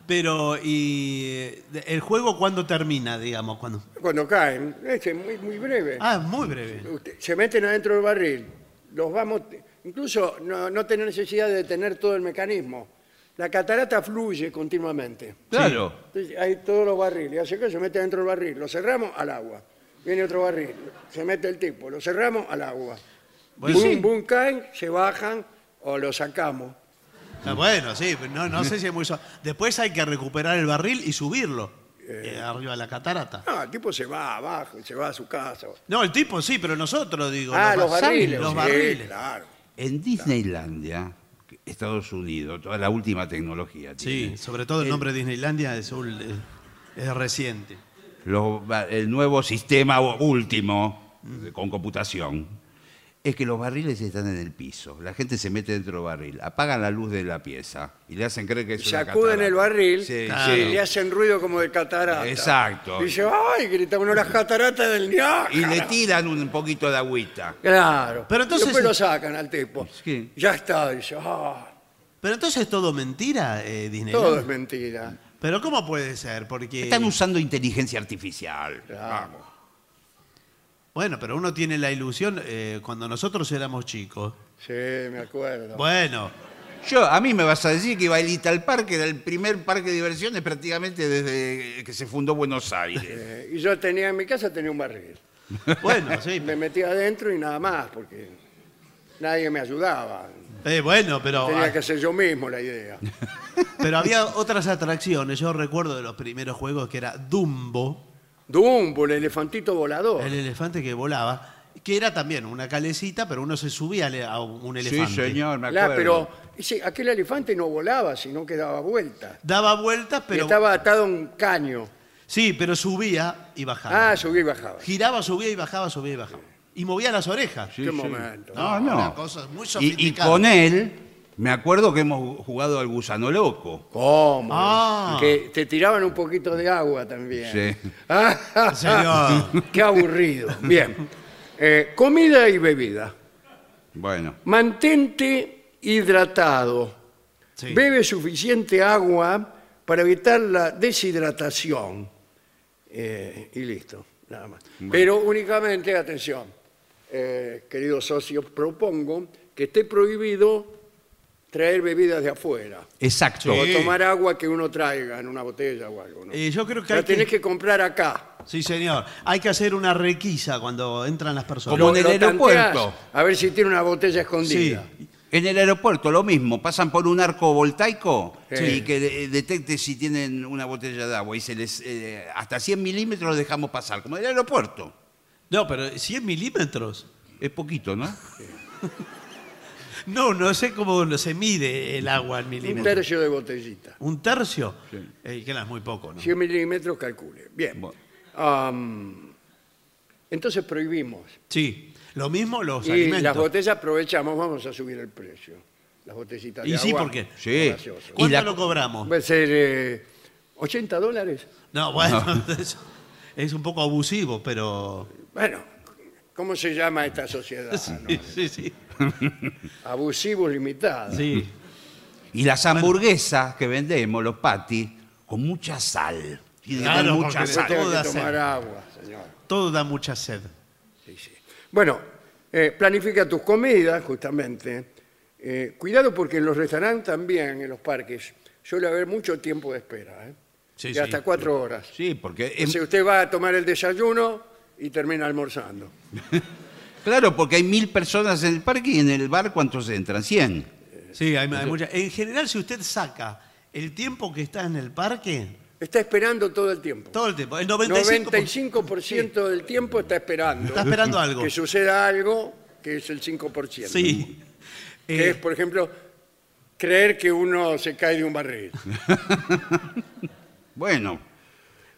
Pero, ¿y eh, el juego cuándo termina, digamos? Cuando...
Cuando caen, es que es muy, muy breve.
Ah, es muy breve.
Usted- se meten adentro del barril, los vamos, incluso no, no tener necesidad de tener todo el mecanismo. La catarata fluye continuamente.
Claro.
Entonces hay todos los barriles, hace que se mete adentro del barril, lo cerramos al agua. Viene otro barril, se mete el tipo, lo cerramos al agua.
Bueno,
boom,
sí.
boom, caen, se bajan o lo sacamos.
Ah, bueno, sí, pero no, no sé si es muy... so- Después hay que recuperar el barril y subirlo eh, arriba de la catarata.
No, el tipo se va abajo, se va a su casa.
No, el tipo sí, pero nosotros, digo.
ah, los
pasajes,
barriles.
Los
sí,
barriles.
claro.
En Disneylandia, Estados Unidos, toda la última tecnología
Sí,
tiene.
sobre todo el nombre de Disneylandia es, un- es- es reciente.
Los ba- el nuevo sistema u- último de- con computación es que los barriles están en el piso. La gente se mete dentro del barril, apagan la luz de la pieza y le hacen creer que es una
Sacuden
catarata.
el barril
Sí,
Claro.
y
sí.
le hacen ruido como de catarata.
Exacto.
Y dice, ¡ay! Grita uno las cataratas del Niágara.
Y le tiran un poquito de agüita.
Claro.
Pero entonces-
Después lo sacan al tipo.
Sí.
Ya está, dice, ¡ah!
Pero entonces es todo mentira, eh, Disneylandia.
Todo es mentira.
Pero ¿cómo puede ser? Porque.
Están usando inteligencia artificial.
Claro.
Vamos.
Bueno, pero uno tiene la ilusión eh, cuando nosotros éramos chicos.
Sí, me acuerdo.
Bueno,
Yo, a mí me vas a decir que Bailita al Parque era el primer parque de diversiones prácticamente desde que se fundó Buenos Aires.
Eh, y yo tenía en mi casa tenía un barril.
bueno, sí.
Me metía adentro y nada más, porque nadie me ayudaba.
Eh, bueno, pero,
Tenía que hacer yo mismo la idea.
pero había otras atracciones. Yo recuerdo de los primeros juegos que era Dumbo,
Dumbo, el elefantito volador.
el elefante que volaba, que era también una calecita, pero uno se subía al- e, a un elefante.
me
Claro, pero ese- aquel elefante no volaba, sino que daba vueltas.
Daba vueltas,
Y
pero.
estaba atado a un caño.
Sí, pero subía y bajaba.
Ah, subía y bajaba.
Giraba, subía y bajaba, subía y bajaba. Y movía las orejas.
Qué momento.
Ah.
No, no.
Una cosa muy
Y, y
sofisticada.
con él, me acuerdo que hemos jugado al gusano loco.
¿Cómo?
Ah.
Que te tiraban un poquito de agua también.
Sí.
Ah,
Señor.
Qué aburrido. Bien. Eh, comida y bebida.
Bueno.
Mantente hidratado.
Sí.
Bebe suficiente agua para evitar la deshidratación. Eh, y listo, nada más. Pero únicamente, atención, eh, queridos socios, propongo que esté prohibido traer bebidas de afuera.
Exacto.
O tomar agua que uno traiga en una botella o algo. ¿no?
Eh, yo creo que
La
hay que-
tenés que comprar acá.
Sí, señor. Hay que hacer una requisa cuando entran las personas.
Como en el
tanteás
aeropuerto.
A ver si tiene una botella
Sí.
escondida.
En el aeropuerto lo mismo, pasan por un arco voltaico
Sí.
y que de- detecte si tienen una botella de agua y se les eh, hasta 100 milímetros los dejamos pasar, como en el aeropuerto.
No, pero 100 milímetros.
Es poquito, ¿no?
No, no sé cómo se mide el agua en
Un
milímetros.
tercio de botellita.
¿Un tercio? Eh, que no es muy poco, ¿no?
100 milímetros, calcule. Bien.
Bueno.
Am, entonces prohibimos.
Sí. Lo mismo los
y
alimentos.
las botellas aprovechamos, vamos a subir el precio. Las botellitas de
Y sí,
agua.
¿por qué?
Sí.
gaseosas.
¿Cuánto
y la-
lo cobramos?
Puede ser eh, 80 dólares.
No, bueno, es, es un poco abusivo, pero...
Bueno, ¿cómo se llama esta sociedad? Ah, no?
Sí, sí.
Abusivos limitados.
Sí.
Y las hamburguesas que vendemos, los patis, con mucha sal. Y de
Claro,
mucha
porque
Usted
sal.
tiene
Todo da
que tomar
sed.
agua, señor.
Todo da mucha sed.
Sí, sí. Bueno, eh, planifica tus comidas, justamente. Eh, cuidado porque en los restaurantes también, en los parques, suele haber mucho tiempo de espera. ¿eh?
Sí,
de
sí.
hasta cuatro horas.
Sí, porque
O
es-
sea, usted va a tomar el desayuno y termina almorzando.
claro, porque hay mil personas en el parque y en el bar cuántos entran, 100.
Sí, hay, hay mucha... En general, si usted saca el tiempo que está en el parque,
Está esperando todo el tiempo.
todo el tiempo, el 95...
95% del tiempo está esperando.
Está esperando algo.
Que suceda algo que es el 5%.
Sí.
Que es,
Eh,
por ejemplo, creer que uno se cae de un barril.
Bueno,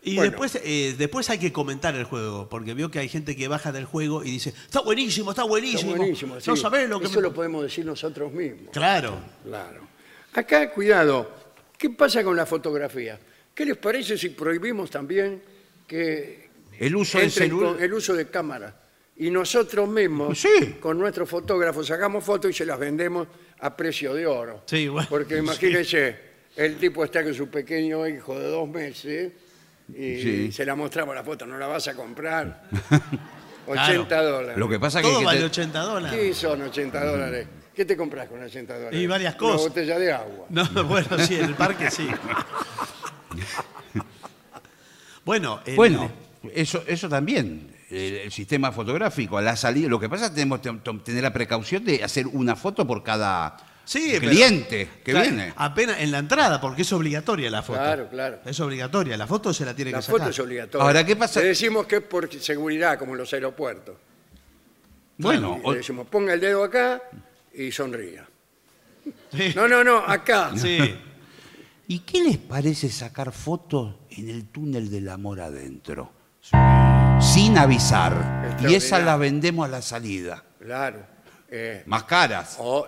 y
bueno.
después, eh, después hay que comentar el juego, porque veo que hay gente que baja del juego y dice, está buenísimo, está buenísimo.
Está buenísimo,
No
sí.
sabés lo que...
Eso
me-".
lo podemos decir nosotros mismos.
Claro.
Claro. Acá, cuidado, ¿qué pasa con la fotografía? ¿Qué les parece si prohibimos también que
El uso del
entren
celular.
con el uso de cámaras? Y nosotros mismos,
Sí.
con nuestros fotógrafos, sacamos fotos y se las vendemos a precio de oro.
Sí, bueno,
Porque
sí.
imagínense, el tipo está con su pequeño hijo de dos meses y
Sí.
se la mostramos la foto, no la vas a comprar. 80
Claro.
dólares.
Lo que pasa que,
Todo
que
vale
te-
80 dólares.
¿Qué son 80 dólares? ¿Qué te compras con 80 dólares?
Y varias
Una
cosas.
botella de agua.
No, bueno, sí, en el parque sí. Bueno, el-
Bueno, eso, eso también. El, el sistema fotográfico, a la salida. Lo que pasa es que tenemos que to- tener la precaución de hacer una foto por cada
Sí, pero-
cliente que
claro,
Ah,
viene.
Apenas en la entrada, porque es obligatoria la foto.
Claro, claro.
Es obligatoria, la foto se la tiene
La
que sacar.
foto es obligatoria.
Ahora, ¿qué pasa?
Le decimos que es por seguridad, como en los aeropuertos.
Bueno,
Le decimos, ponga el dedo acá y sonría.
Sí.
No, no, no, acá.
Sí.
o- ¿y qué les parece sacar fotos en el túnel del amor adentro? Sin avisar. Y esas
Extraordinario.
las vendemos a la salida.
Claro. Eh,
Más caras.
o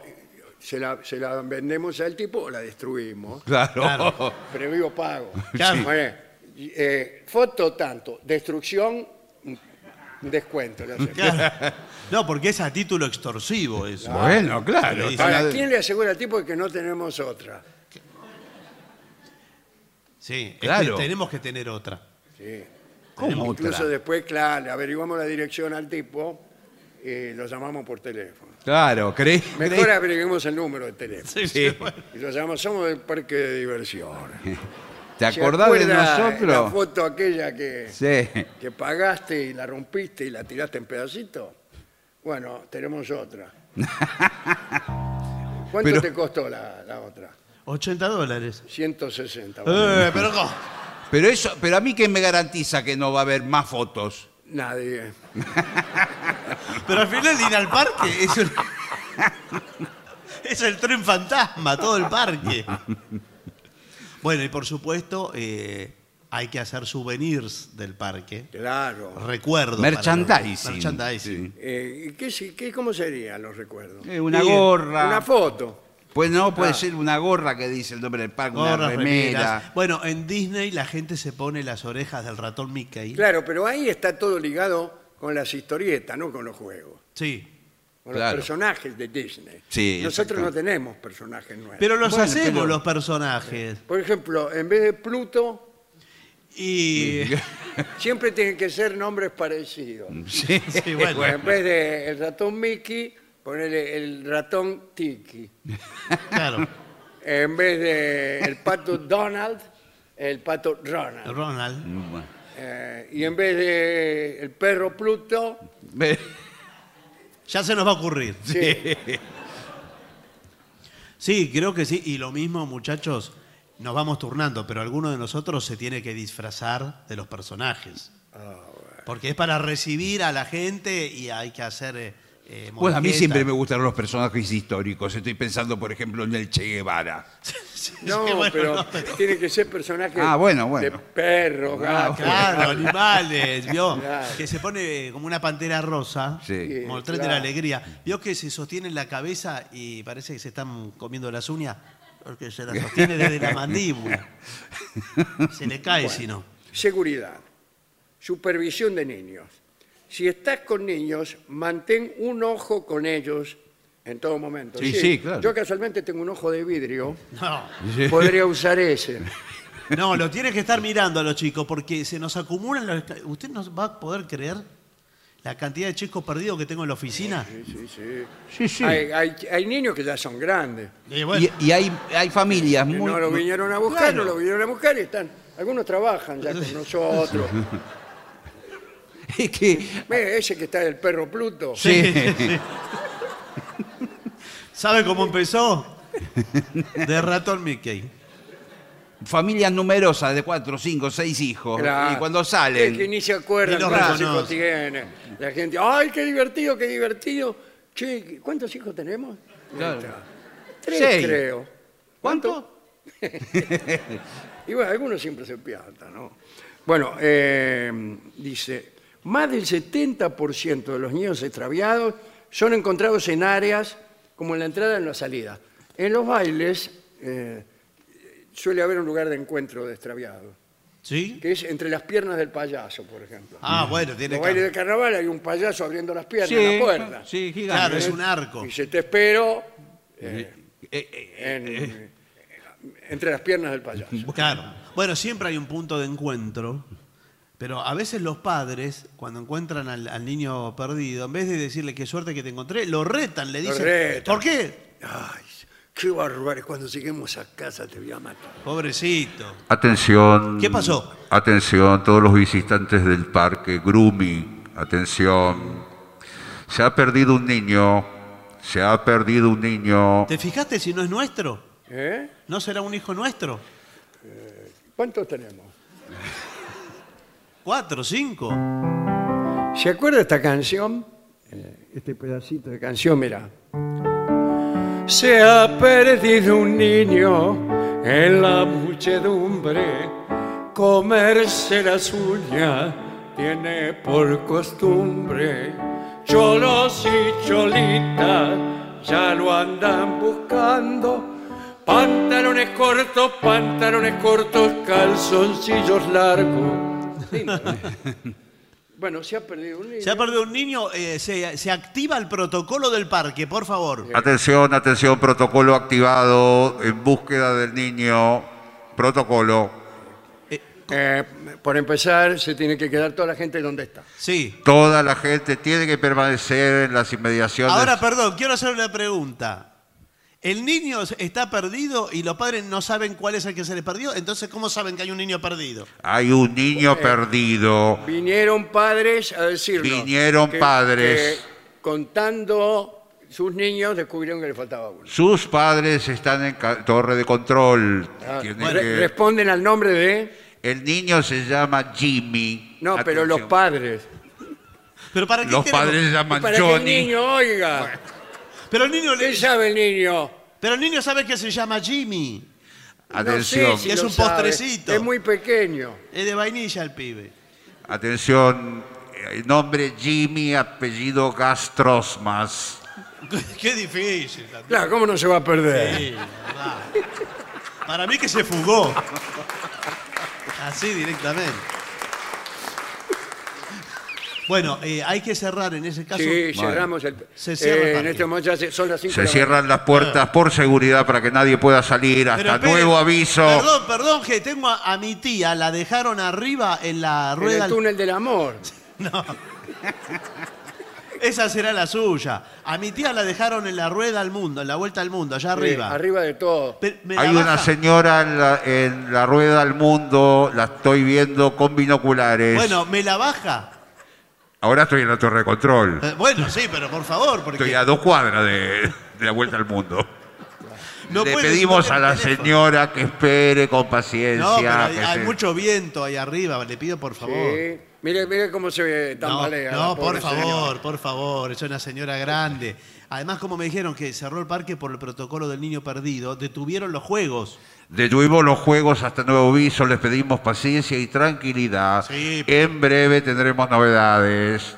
se la, se la vendemos al tipo o la destruimos.
Claro.
Claro.
Previo pago.
Claro.
Muy bien. Y, eh, foto tanto, destrucción, un descuento. le hacemos.
Claro. No, porque es a título extorsivo eso.
Bueno, claro.
Sí,
Ahora,
Para-
¿quién le asegura al tipo que no tenemos otra?
Sí, este,
Claro.
tenemos que tener otra.
Sí.
¿Cómo
Incluso
otra?
después, claro, le averiguamos la dirección al tipo y lo llamamos por teléfono.
Claro, creí.
Mejor averiguemos el número de teléfono.
Sí,
Sí.
sí, bueno.
Y lo llamamos, somos del parque de diversión.
¿Te
¿Se
acordás de
acuerda La
nosotros?
foto aquella que,
Sí.
que pagaste y la rompiste y la tiraste en pedacitos. Bueno, tenemos otra. ¿Cuánto
Pero-
te costó la, la otra?
80 dólares.
160. bueno.
Eh, pero ¿cómo?
Pero eso, pero a mí quién me garantiza que no va a haber más fotos.
Nadie.
Pero al final ir al parque es el, es el tren fantasma, todo el parque. Bueno, y por supuesto, eh, hay que hacer souvenirs del parque.
Claro.
Recuerdos. para los-
Merchandising.
merchandising.
Eh, ¿y ¿qué, si- qué- ¿Cómo serían los recuerdos?
Sí. Eh, una
Sí,
gorra.
Una foto.
Pues no, puede
Ah.
ser una gorra que dice el nombre del parque, una
Gorras, remeras.
remera.
Bueno, en Disney la gente se pone las orejas del ratón Mickey.
Claro, pero ahí está todo ligado con las historietas, no con los juegos.
Sí.
Con
Claro.
los personajes de Disney.
Sí,
Nosotros no
exactamente.
tenemos personajes nuevos.
Pero los
Bueno,
hacemos
pero-
los personajes.
Por ejemplo, en vez de Pluto,
Y.
siempre tienen que ser nombres parecidos.
Sí,
Sí,
Mm. bueno.
bueno.
En vez de el ratón Mickey, ponerle el ratón Tiki.
Claro.
En vez de el pato Donald, el pato Ronald.
Ronald.
Eh, y en vez de el perro Pluto,
Ve-
Ya se nos va a ocurrir.
sí,
Sí, creo que sí. Y lo mismo, muchachos, nos vamos turnando, pero alguno de nosotros se tiene que disfrazar de los personajes.
Ah,
Porque es para recibir a la gente y hay que hacer. eh, eh,
Bueno, Pues, a mí
morisqueta.
siempre me gustaron los personajes históricos. Estoy pensando, por ejemplo, en el Che Guevara.
Sí,
No,
bueno,
pero
no, pero-
tiene que ser personajes
Ah, bueno,
de
bueno. Ah,
perros, gatos.
Claro, animales, ¿vio?
Ah, Claro.
Que se pone eh, como una pantera rosa,
Sí.
como el
Sí,
tren de
claro.
la alegría. ¿Vio que se sostiene en la cabeza y parece que se están comiendo las uñas? Porque se las sostiene desde la mandíbula. Se le cae si no.
Seguridad. Supervisión de niños. Si estás con niños, mantén un ojo con ellos en todo momento.
Sí, sí, claro.
Yo casualmente tengo un ojo de vidrio.
No.
Podría usar ese.
No, lo tienes que estar mirando a los chicos porque se nos acumulan los... ¿Usted no va a poder creer la cantidad de chicos perdidos que tengo en la oficina?
Sí, sí, sí.
Sí, sí.
Hay, hay- hay niños que ya son grandes.
Y
Y,
bueno,
y hay, hay familias
que
muy.
no lo vinieron a buscar,
Claro.
no lo vinieron a buscar y están. Algunos trabajan ya con nosotros.
Es que.
Ve, Ese que está el perro Pluto.
Sí.
¿sabe cómo empezó? De ratón Mickey.
Familias numerosas de cuatro, cinco, seis hijos.
Claro.
Y cuando
Es que
salen.
ni se acuerdan
Ni los
cuántos
reconoce.
hijos tiene. La gente, ¡ay, qué divertido, qué divertido! Che, ¿cuántos hijos tenemos?
Claro.
Ahí está. Tres,
Seis.
creo.
¿Cuánto?
Y bueno, algunos siempre se piatan, ¿no? Bueno, eh, dice, más del 70% de los niños extraviados son encontrados en áreas como en la entrada y en la salida. En los bailes, eh, eh, suele haber un lugar de encuentro de extraviados,
¿Sí?
que es entre las piernas del payaso, por ejemplo.
Ah, bueno,
En
tiene
los bailes
que...
de carnaval hay un payaso abriendo las piernas
Sí,
en la puerta.
sí, gigante.
Claro, es un arco.
Y se te espero eh,
Eh, eh,
en- entre las piernas del payaso.
Claro. Bueno, siempre hay un punto de encuentro, pero a veces los padres, cuando encuentran al, al niño perdido, en vez de decirle qué suerte que te encontré, lo retan, le dicen.
retan.
¿Por qué?
Ay, qué barbaridad. Cuando lleguemos a casa te voy a matar.
Pobrecito.
Atención.
¿Qué Mm. pasó?
Atención, todos los visitantes del parque, Grumi, atención. Se ha perdido un niño, se ha perdido un niño.
¿Te fijaste si no es nuestro?
¿Eh?
¿No será un hijo nuestro?
¿Cuántos tenemos?
¿Cuatro, cinco?
¿Se acuerda esta canción? Eh, Este pedacito de canción, mira. Se ha perdido un niño en la muchedumbre, comerse las uñas tiene por costumbre. Cholos y cholitas ya lo andan buscando. Pantalones cortos, pantalones cortos, calzoncillos largos. Lindo, ¿no? Bueno, se ha perdido un niño.
Se ha perdido un niño, eh, se, se activa el protocolo del parque, por favor.
Atención, atención, protocolo activado en búsqueda del niño. Protocolo.
Eh, por empezar, se tiene que quedar toda la gente donde está.
Sí.
Toda la gente tiene que permanecer en las inmediaciones.
Ahora, perdón, quiero hacer una pregunta. El niño está perdido y los padres no saben cuál es el que se le perdió, entonces ¿cómo saben que hay un niño perdido?
Hay un niño perdido.
Vinieron padres a decirnos.
Vinieron padres.
que contando sus niños, descubrieron que le faltaba uno.
Sus padres están en ca- torre de control.
Ah,
Tiene
re-
que-
Responden al nombre de.
El niño se llama Jimmy.
No, pero
Atención.
los padres.
Pero para qué
Los
tenemos-
padres se
Para
llaman
que el
Johnny.
niño oiga.
Pero el niño le-
¿Qué sabe el niño?
pero el niño sabe que se llama Jimmy.
Atención,
No sé si
Es
lo
un
sabe.
postrecito.
Es muy pequeño.
Es de vainilla el pibe.
atención. Eh, Nombre Jimmy, apellido Gastrosmas.
Qué difícil. también.
Claro, ¿cómo no se va a perder?
Sí, verdad. Para mí que se fugó. Así directamente. Bueno, eh, hay que cerrar en ese caso.
Sí,
Bueno.
cerramos el.
Se cierra el
en
parque.
este momento ya se- son las 5
Se cierran las puertas por seguridad para que nadie pueda salir.
Pero
Hasta
espere,
nuevo aviso.
Perdón, perdón, que tengo a, a mi tía, la dejaron arriba en la
En
rueda.
el túnel del amor.
Esa será la suya. A mi tía la dejaron en la rueda al mundo, en la vuelta al mundo, allá arriba.
Eh, arriba de todo.
Pe- me la
Hay una
baja.
señora en la, en la rueda al mundo, la estoy viendo con binoculares.
Bueno, me la baja.
Ahora estoy en la torre de control.
Eh, Bueno, sí, pero por favor, porque
Estoy a dos cuadras de, de la vuelta al mundo.
no
Le
puede
pedimos
tener
a la
teléfono.
señora que espere con paciencia.
No, pero hay,
que
hay
se-
mucho viento ahí arriba, le pido por favor.
Sí. Mire, mire cómo se
No,
tambalea.
no,
la
por
pobre
favor,
señora.
por favor, es una señora grande. Además, como me dijeron que cerró el parque por el protocolo del niño perdido, detuvieron los juegos.
Detuvimos los juegos hasta nuevo aviso, les pedimos paciencia y tranquilidad.
Sí.
En breve tendremos novedades.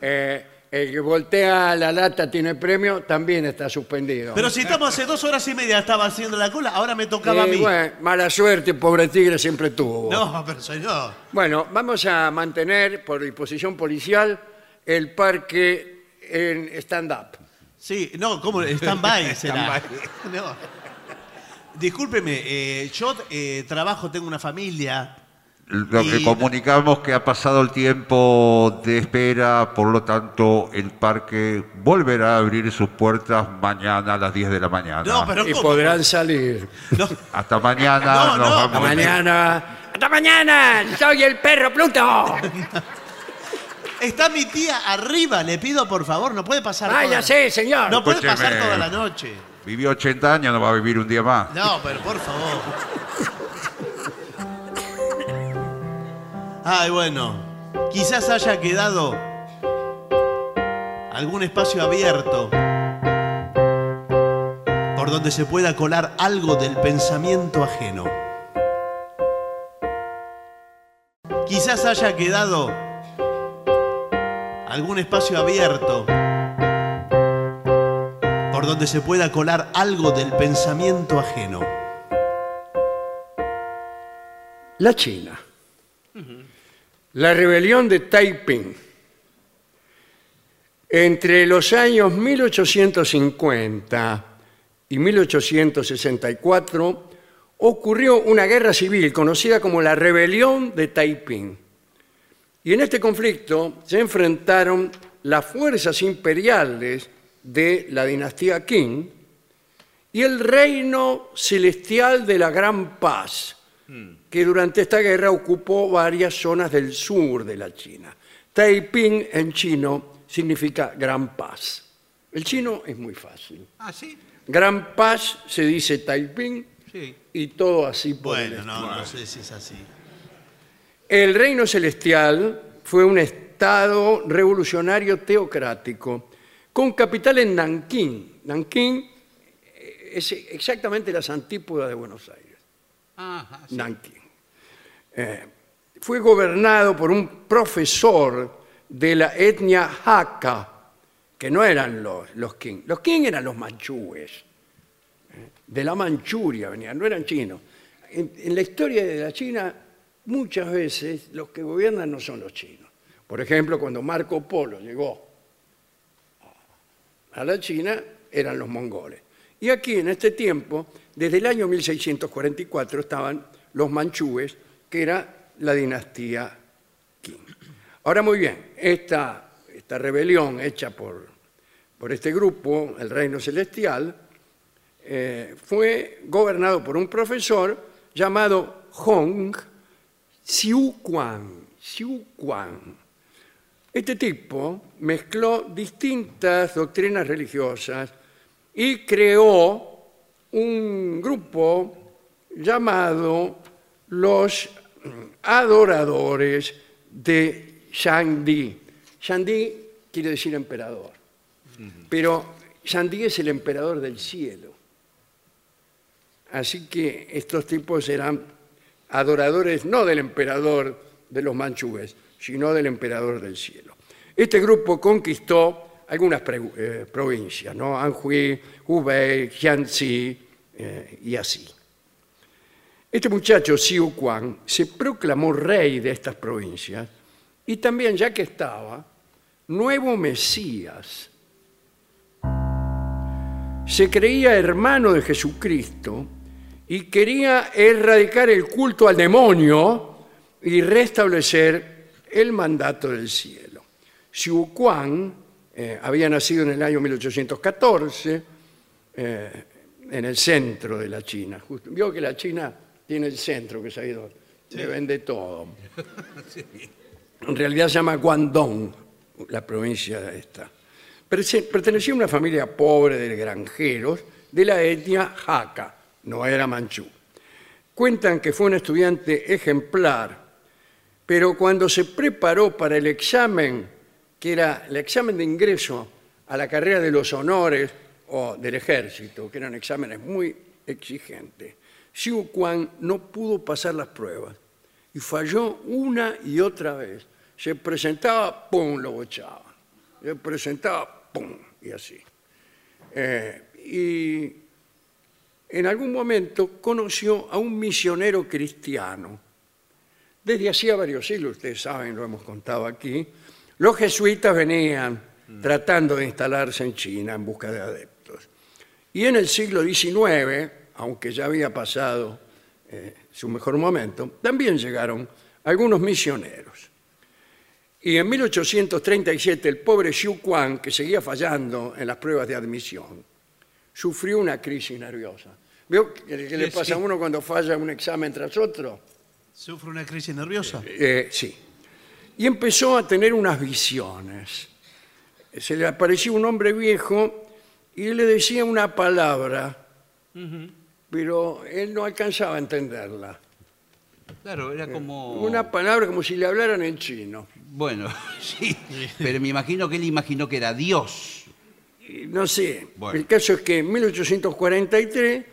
Eh, el que voltea la lata tiene premio, también está suspendido.
Pero si estamos hace dos horas y media, estaba haciendo la cola, ahora me
Eh,
tocaba a mí.
bueno, mala suerte, pobre tigre siempre tuvo.
No, pero señor.
Bueno, vamos a mantener por disposición policial el parque en stand-up.
Sí, no, ¿cómo? Stand-by será. No. Discúlpeme, eh, yo eh, trabajo, tengo una familia.
Lo que
Y-
comunicamos que ha pasado el tiempo de espera, por lo tanto el parque volverá a abrir sus puertas mañana a las 10 de la mañana.
No, pero
Y
¿cómo?
podrán salir.
No.
Hasta mañana
No,
nos
no,
Hasta
vamos.
mañana. ¡Hasta mañana! ¡Soy el perro Pluto!
Está mi tía arriba, le pido por favor, no puede pasar. toda-
¡Váyase, señor!
No puede
Escúcheme.
pasar toda la noche.
Vivió 80 años, no va a vivir un día más.
No, pero por favor. Ay, bueno. Quizás haya quedado algún espacio abierto por donde se pueda colar algo del pensamiento ajeno. Quizás haya quedado algún espacio abierto por por donde se pueda colar algo del pensamiento ajeno.
La China. La rebelión de Taiping. Entre los años 1850 y 1864 ocurrió una guerra civil conocida como la rebelión de Taiping. Y en este conflicto se enfrentaron las fuerzas imperiales de la dinastía Qing y el reino celestial de la Gran Paz, que durante esta guerra ocupó varias zonas del sur de la China. Taiping en chino significa Gran Paz. El chino es muy fácil.
Ah, sí.
Gran Paz se dice Taiping
Sí.
y todo así por el
Bueno,
estilo.
no, no sé si es así.
El reino celestial fue un estado revolucionario teocrático con capital en Nankín. Nankín eh, es exactamente las antípodas de Buenos Aires. Nankín. Eh, fue gobernado por un profesor de la etnia Hakka, que no eran los, los Qing. Los Qing eran los manchúes, eh, de la Manchuria venían, no eran chinos. En, en la historia de la China, muchas veces los que gobiernan no son los chinos. Por ejemplo, cuando Marco Polo llegó a la China eran los mongoles. Y aquí, en este tiempo, desde el año 1644 estaban los manchúes, que era la dinastía Qing. Ahora muy bien, esta, esta rebelión hecha por, por este grupo, el Reino Celestial, eh, fue gobernado por un profesor llamado Hong Xiuquan. Xiuquan. Este tipo mezcló distintas doctrinas religiosas y creó un grupo llamado los mm, adoradores de Shangdi. Shangdi quiere decir emperador, pero Shangdi es el emperador del cielo. Así que estos tipos eran adoradores no del emperador de los manchúes, sino del emperador del cielo. Este grupo conquistó algunas pregu- eh, provincias, ¿no? Anhui, Hubei, Jiangxi eh, y así. Este muchacho, Xiu Quan, se proclamó rey de estas provincias y también, ya que estaba, nuevo Mesías se creía hermano de Jesucristo y quería erradicar el culto al demonio y restablecer el mandato del cielo. Xiu Quan eh, había nacido en el año 1814 eh, en el centro de la China. Justo- Vio que la China tiene el centro, que es ahí donde se vende todo. En realidad se llama Guangdong, la provincia esta. Perse- Pertenecía a una familia pobre de granjeros de la etnia Hakka, no era manchú. Cuentan que fue un estudiante ejemplar, pero cuando se preparó para el examen, que era el examen de ingreso a la carrera de los honores o del ejército, que eran exámenes muy exigentes, Xiu Quan no pudo pasar las pruebas y falló una y otra vez. Se presentaba, pum, lo bochaba. Se presentaba, pum, y así. Eh, y en algún momento conoció a un misionero cristiano. Desde hacía varios siglos, ustedes saben, lo hemos contado aquí, los jesuitas venían
Mm.
tratando de instalarse en China en busca de adeptos. Y en el siglo XIX, aunque ya había pasado eh, su mejor momento, también llegaron algunos misioneros. Y en 1837 el pobre Xiu Quan, que seguía fallando en las pruebas de admisión, sufrió una crisis nerviosa. ¿Veo que que le
Sí,
pasa a
sí.
uno cuando falla un examen tras otro?
¿Sufre una crisis nerviosa?
Eh, sí. Y empezó a tener unas visiones. Se le apareció un hombre viejo y le decía una palabra, pero él no alcanzaba a entenderla.
Claro, era como.
Eh, Una palabra como si le hablaran en chino.
Bueno, sí. Pero me imagino que él imaginó que era Dios.
Y No sé.
Bueno.
El caso es que en 1843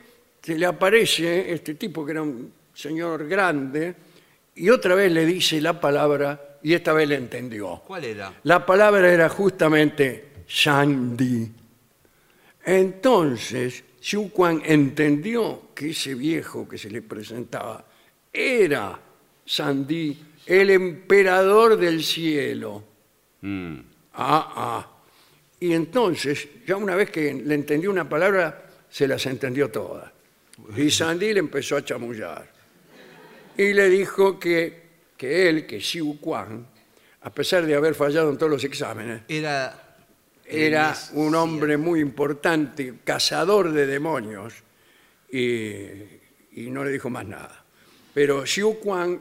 se le aparece este tipo que era un señor grande y otra vez le dice la palabra y esta vez le entendió.
¿Cuál era?
La palabra era justamente Shandi. Entonces, Xu Quan entendió que ese viejo que se le presentaba era Sandí, el emperador del cielo. Ah, ah. Y entonces, ya una vez que le entendió una palabra, se las entendió todas. Y Sandí le empezó a chamullar. Y le dijo que, que él, que Xiu Quan, a pesar de haber fallado en todos los exámenes,
Era.
era un hombre muy importante, cazador de demonios, y, y no le dijo más nada. Pero Xiu Quan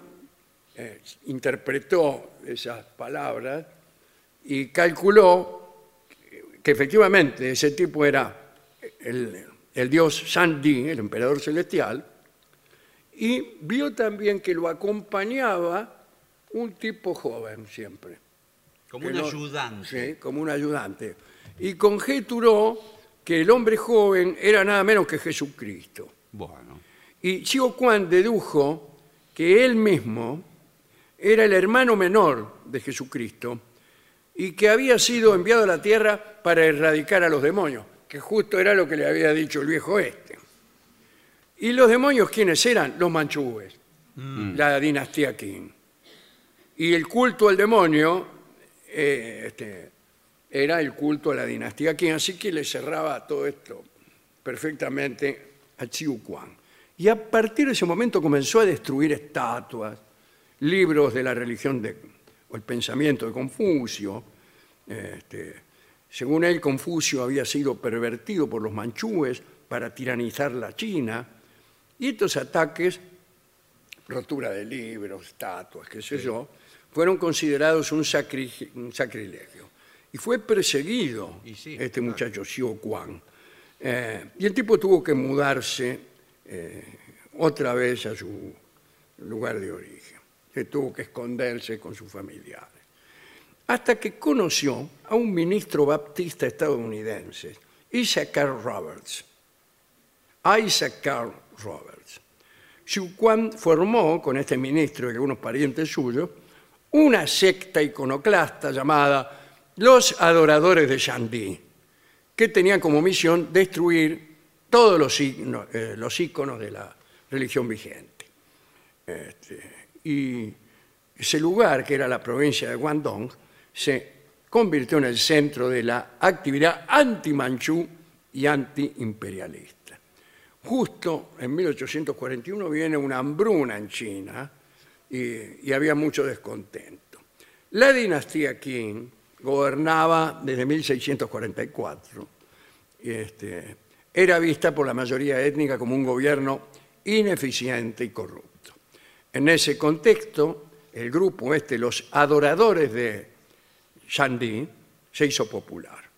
eh, interpretó esas palabras y calculó que efectivamente ese tipo era el, el dios Sandi, el emperador celestial, y vio también que lo acompañaba un tipo joven siempre.
Como
que
un
no-
ayudante.
Sí, como un ayudante. Y conjeturó que el hombre joven era nada menos que Jesucristo.
Bueno.
Y Xiu Quan dedujo que él mismo era el hermano menor de Jesucristo y que había sido enviado a la tierra para erradicar a los demonios, que justo era lo que le había dicho el viejo este. ¿Y los demonios quiénes eran? Los manchúes, la dinastía Qing. Y el culto al demonio eh, este, era el culto a la dinastía Qing, así que le cerraba todo esto perfectamente a Xiu Quan. Y a partir de ese momento comenzó a destruir estatuas, libros de la religión de, o el pensamiento de Confucio. Este, según él, Confucio había sido pervertido por los manchúes para tiranizar la China. Y estos ataques rotura de libros, estatuas, qué sé yo, fueron considerados un, sacri- un sacrilegio. Y fue perseguido
Y sí,
este muchacho Xiu Quan. Eh, y el tipo tuvo que mudarse eh, otra vez a su lugar de origen. Se tuvo que esconderse con sus familiares. Hasta que conoció a un ministro baptista estadounidense, Isaac Carl Roberts. Isaac Carl Roberts. Xu Quan formó con este ministro y algunos parientes suyos una secta iconoclasta llamada los adoradores de Shandí, que tenían como misión destruir todos los, signos- eh, los íconos de la religión vigente. Este, y ese lugar, que era la provincia de Guangdong, se convirtió en el centro de la actividad anti-manchú y anti-imperialista justo en 1841 viene una hambruna en China y, y había mucho descontento. La dinastía Qing gobernaba desde 1644 y este, era vista por la mayoría étnica como un gobierno ineficiente y corrupto. En ese contexto, el grupo este, los adoradores de Shandi, se hizo popular.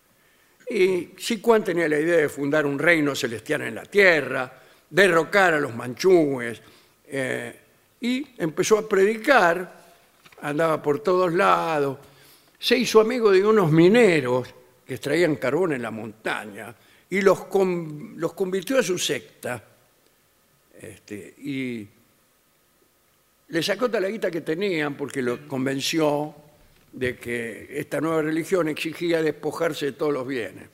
Y Xi Quan tenía la idea de fundar un reino celestial en la tierra, derrocar a los manchúes, eh, y empezó a predicar, andaba por todos lados, se hizo amigo de unos mineros que extraían carbón en la montaña y los, con- los convirtió a su secta. Este, y le sacó toda la guita que tenían porque lo convenció de que esta nueva religión exigía despojarse de todos los bienes.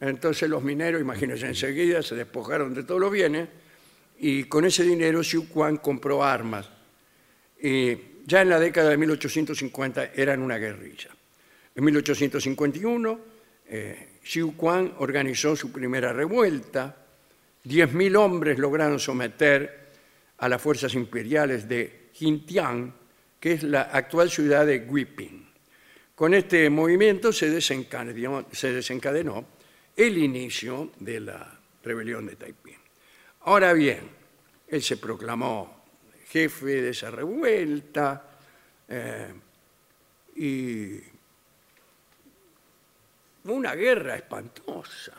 Entonces los mineros, imagínense, enseguida se despojaron de todos los bienes y con ese dinero Xiu Quan compró armas. Y ya en la década de 1850 eran una guerrilla. En 1851 eh, Xiu Quan organizó su primera revuelta. 10.000 hombres lograron someter a las fuerzas imperiales de Jintian, que es la actual ciudad de Guiping. Con este movimiento se desencadenó, se desencadenó el inicio de la rebelión de Taiping. Ahora bien, él se proclamó jefe de esa revuelta eh, y fue una guerra espantosa.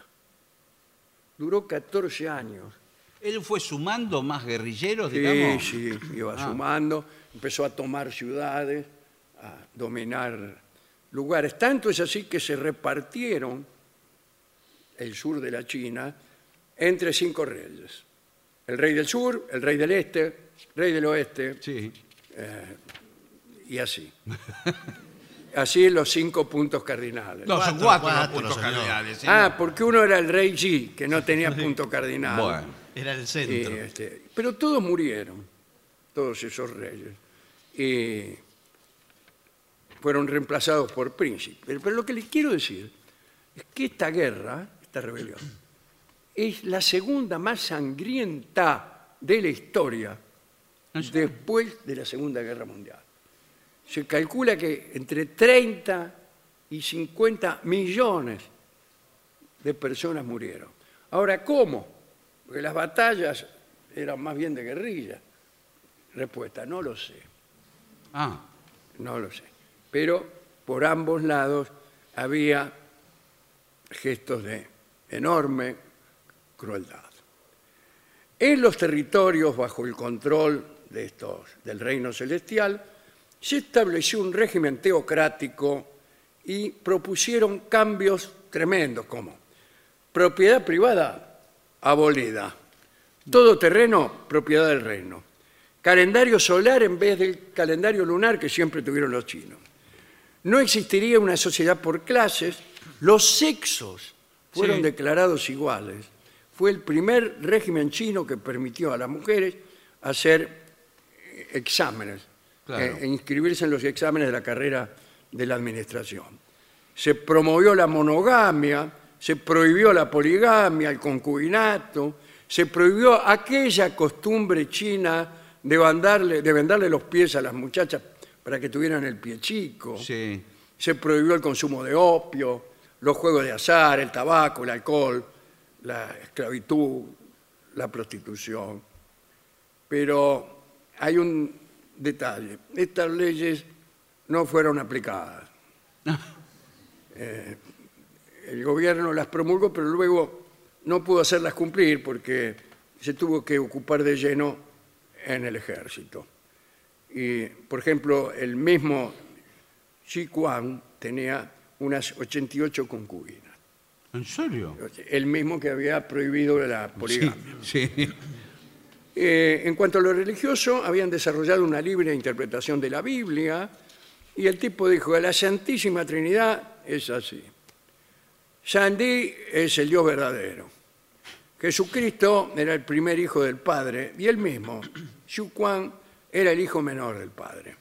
Duró 14 años.
Él fue sumando más guerrilleros,
Sí,
digamos. Ah.
sí, iba sumando, empezó a tomar ciudades, a dominar lugares. Tanto es así que se repartieron el sur de la China entre cinco reyes. El rey del sur, el rey del este, rey del oeste
Sí.
y así. así los cinco puntos cardinales.
No, son cuatro,
Cuatro, cuatro,
los puntos
señor.
cardinales. ¿eh?
Ah, porque uno era el rey G, que no tenía punto cardinal.
Bueno.
Era el
Y,
centro.
este, pero todos murieron, todos esos reyes. Y fueron reemplazados por príncipes. Pero, pero lo que les quiero decir es que esta guerra, esta rebelión, es la segunda más sangrienta de la historia después de la Segunda Guerra Mundial. Se calcula que entre 30 y 50 millones de personas murieron. Ahora, ¿cómo? Porque las batallas eran más bien de guerrilla. Respuesta, no lo sé,
Ah,
no lo sé. Pero por ambos lados había gestos de enorme crueldad. En los territorios bajo el control de estos, del reino celestial, se estableció un régimen teocrático y propusieron cambios tremendos como propiedad privada abolida, todo terreno propiedad del reino, calendario solar en vez del calendario lunar que siempre tuvieron los chinos. No existiría una sociedad por clases, los sexos fueron
Sí.
declarados iguales. Fue el primer régimen chino que permitió a las mujeres hacer eh, exámenes,
Claro.
eh, inscribirse en los exámenes de la carrera de la administración. Se promovió la monogamia, se prohibió la poligamia, el concubinato, se prohibió aquella costumbre china de, bandarle- de vendarle los pies a las muchachas para que tuvieran el pie chico
sí.
se prohibió el consumo de opio, los juegos de azar, el tabaco, el alcohol, la esclavitud, la prostitución. Pero hay un detalle, estas leyes no fueron aplicadas. Eh, el gobierno las promulgó, pero luego no pudo hacerlas cumplir porque se tuvo que ocupar de lleno en el ejército. Y, por ejemplo, el mismo Xi Quan tenía unas 88 concubinas,
¿En serio?
el mismo que había prohibido la poligamia.
Sí, sí.
Eh, en cuanto a lo religioso, habían desarrollado una libre interpretación de la Biblia y el tipo dijo, la Santísima Trinidad es así. Sandí es el Dios verdadero. Jesucristo era el primer hijo del Padre y él mismo, Xu Quan, era el hijo menor del Padre.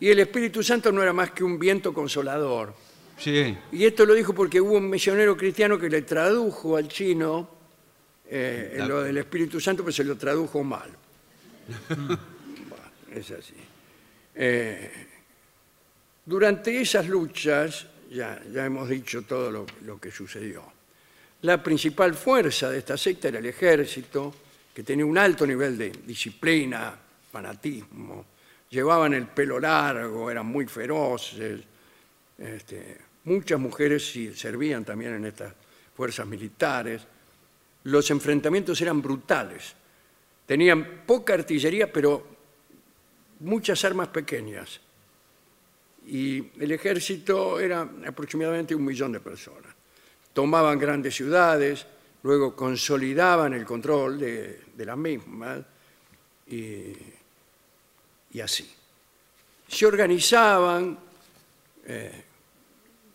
Y el Espíritu Santo no era más que un viento consolador.
sí.
Y esto lo dijo porque hubo un misionero cristiano que le tradujo al chino eh, lo del Espíritu Santo, pero se lo tradujo mal. Bueno, es así. Eh, durante esas luchas, ya, ya hemos dicho todo lo, lo que sucedió, la principal fuerza de esta secta era el ejército, que tenía un alto nivel de disciplina, fanatismo, llevaban el pelo largo, eran muy feroces, este, muchas mujeres sí, servían también en estas fuerzas militares. Los enfrentamientos eran brutales. Tenían poca artillería, pero muchas armas pequeñas. Y el ejército era aproximadamente un millón de personas. Tomaban grandes ciudades, luego consolidaban el control de, de las mismas y, y así. Se organizaban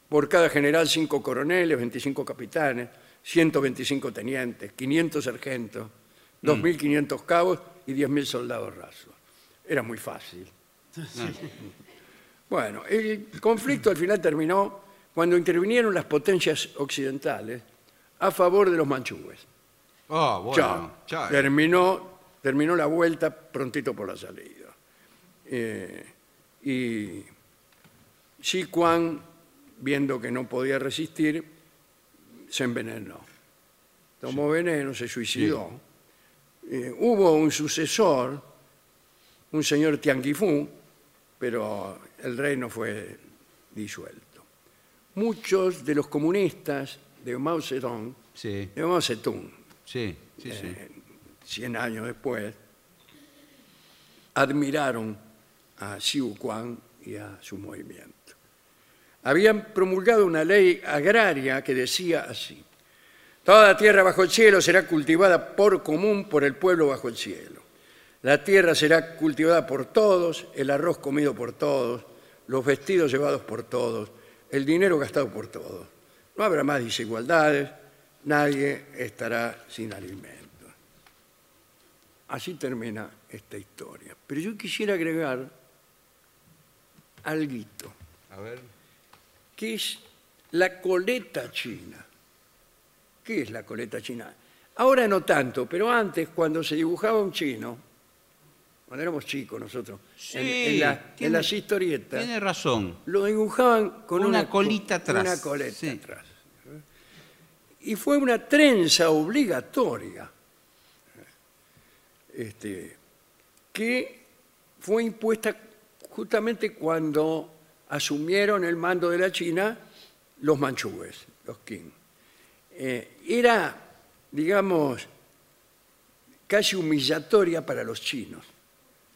por cada general cinco coroneles, 25 capitanes, 125 tenientes, 500 sargentos, 2.500 cabos y 10.000 soldados rasos. Era muy fácil. Bueno, el conflicto al final terminó cuando intervinieron las potencias occidentales a favor de los manchúes.
Oh, bueno.
Chao.
Chao.
Terminó, terminó la vuelta prontito por la salida. Eh, y Xi Quan, viendo que no podía resistir, se envenenó. Tomó veneno, se suicidó. Eh, hubo un sucesor, un señor Tian Gifu, pero el reino fue disuelto. Muchos de los comunistas de Mao Zedong,
Sí,
de Mao Zedong,
sí, sí, sí.
Eh, 100 años después, admiraron a Xiu Quan y a su movimiento. Habían promulgado una ley agraria que decía así, Toda tierra bajo el cielo será cultivada por común por el pueblo bajo el cielo. La tierra será cultivada por todos, el arroz comido por todos, los vestidos llevados por todos, el dinero gastado por todos. No habrá más desigualdades, nadie estará sin alimento. Así termina esta historia. Pero yo quisiera agregar alguito,
A ver.
que es la coleta china. ¿Qué es la coleta china? Ahora no tanto, pero antes cuando se dibujaba un chino, cuando éramos chicos nosotros, en, en la- en
tiene-
las historietas,
Tiene razón.
lo dibujaban con una,
Una
co-
colita atrás,
una coleta
sí.
atrás. ¿eh? Y fue una trenza obligatoria este, que fue impuesta justamente cuando asumieron el mando de la China los manchúes, los Qing. Eh, era, digamos, casi humillatoria para los chinos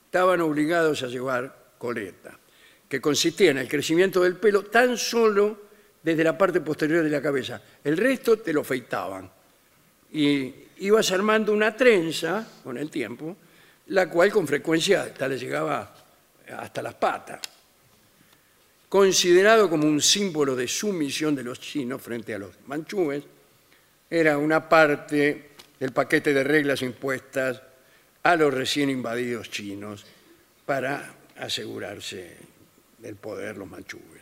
estaban obligados a llevar coleta, que consistía en el crecimiento del pelo tan solo desde la parte posterior de la cabeza. El resto te lo afeitaban. Y ibas armando una trenza con el tiempo, la cual con frecuencia hasta le llegaba hasta las patas. Considerado como un símbolo de sumisión de los chinos frente a los manchúes, era una parte del paquete de reglas impuestas a los recién invadidos chinos para asegurarse del poder los manchúes.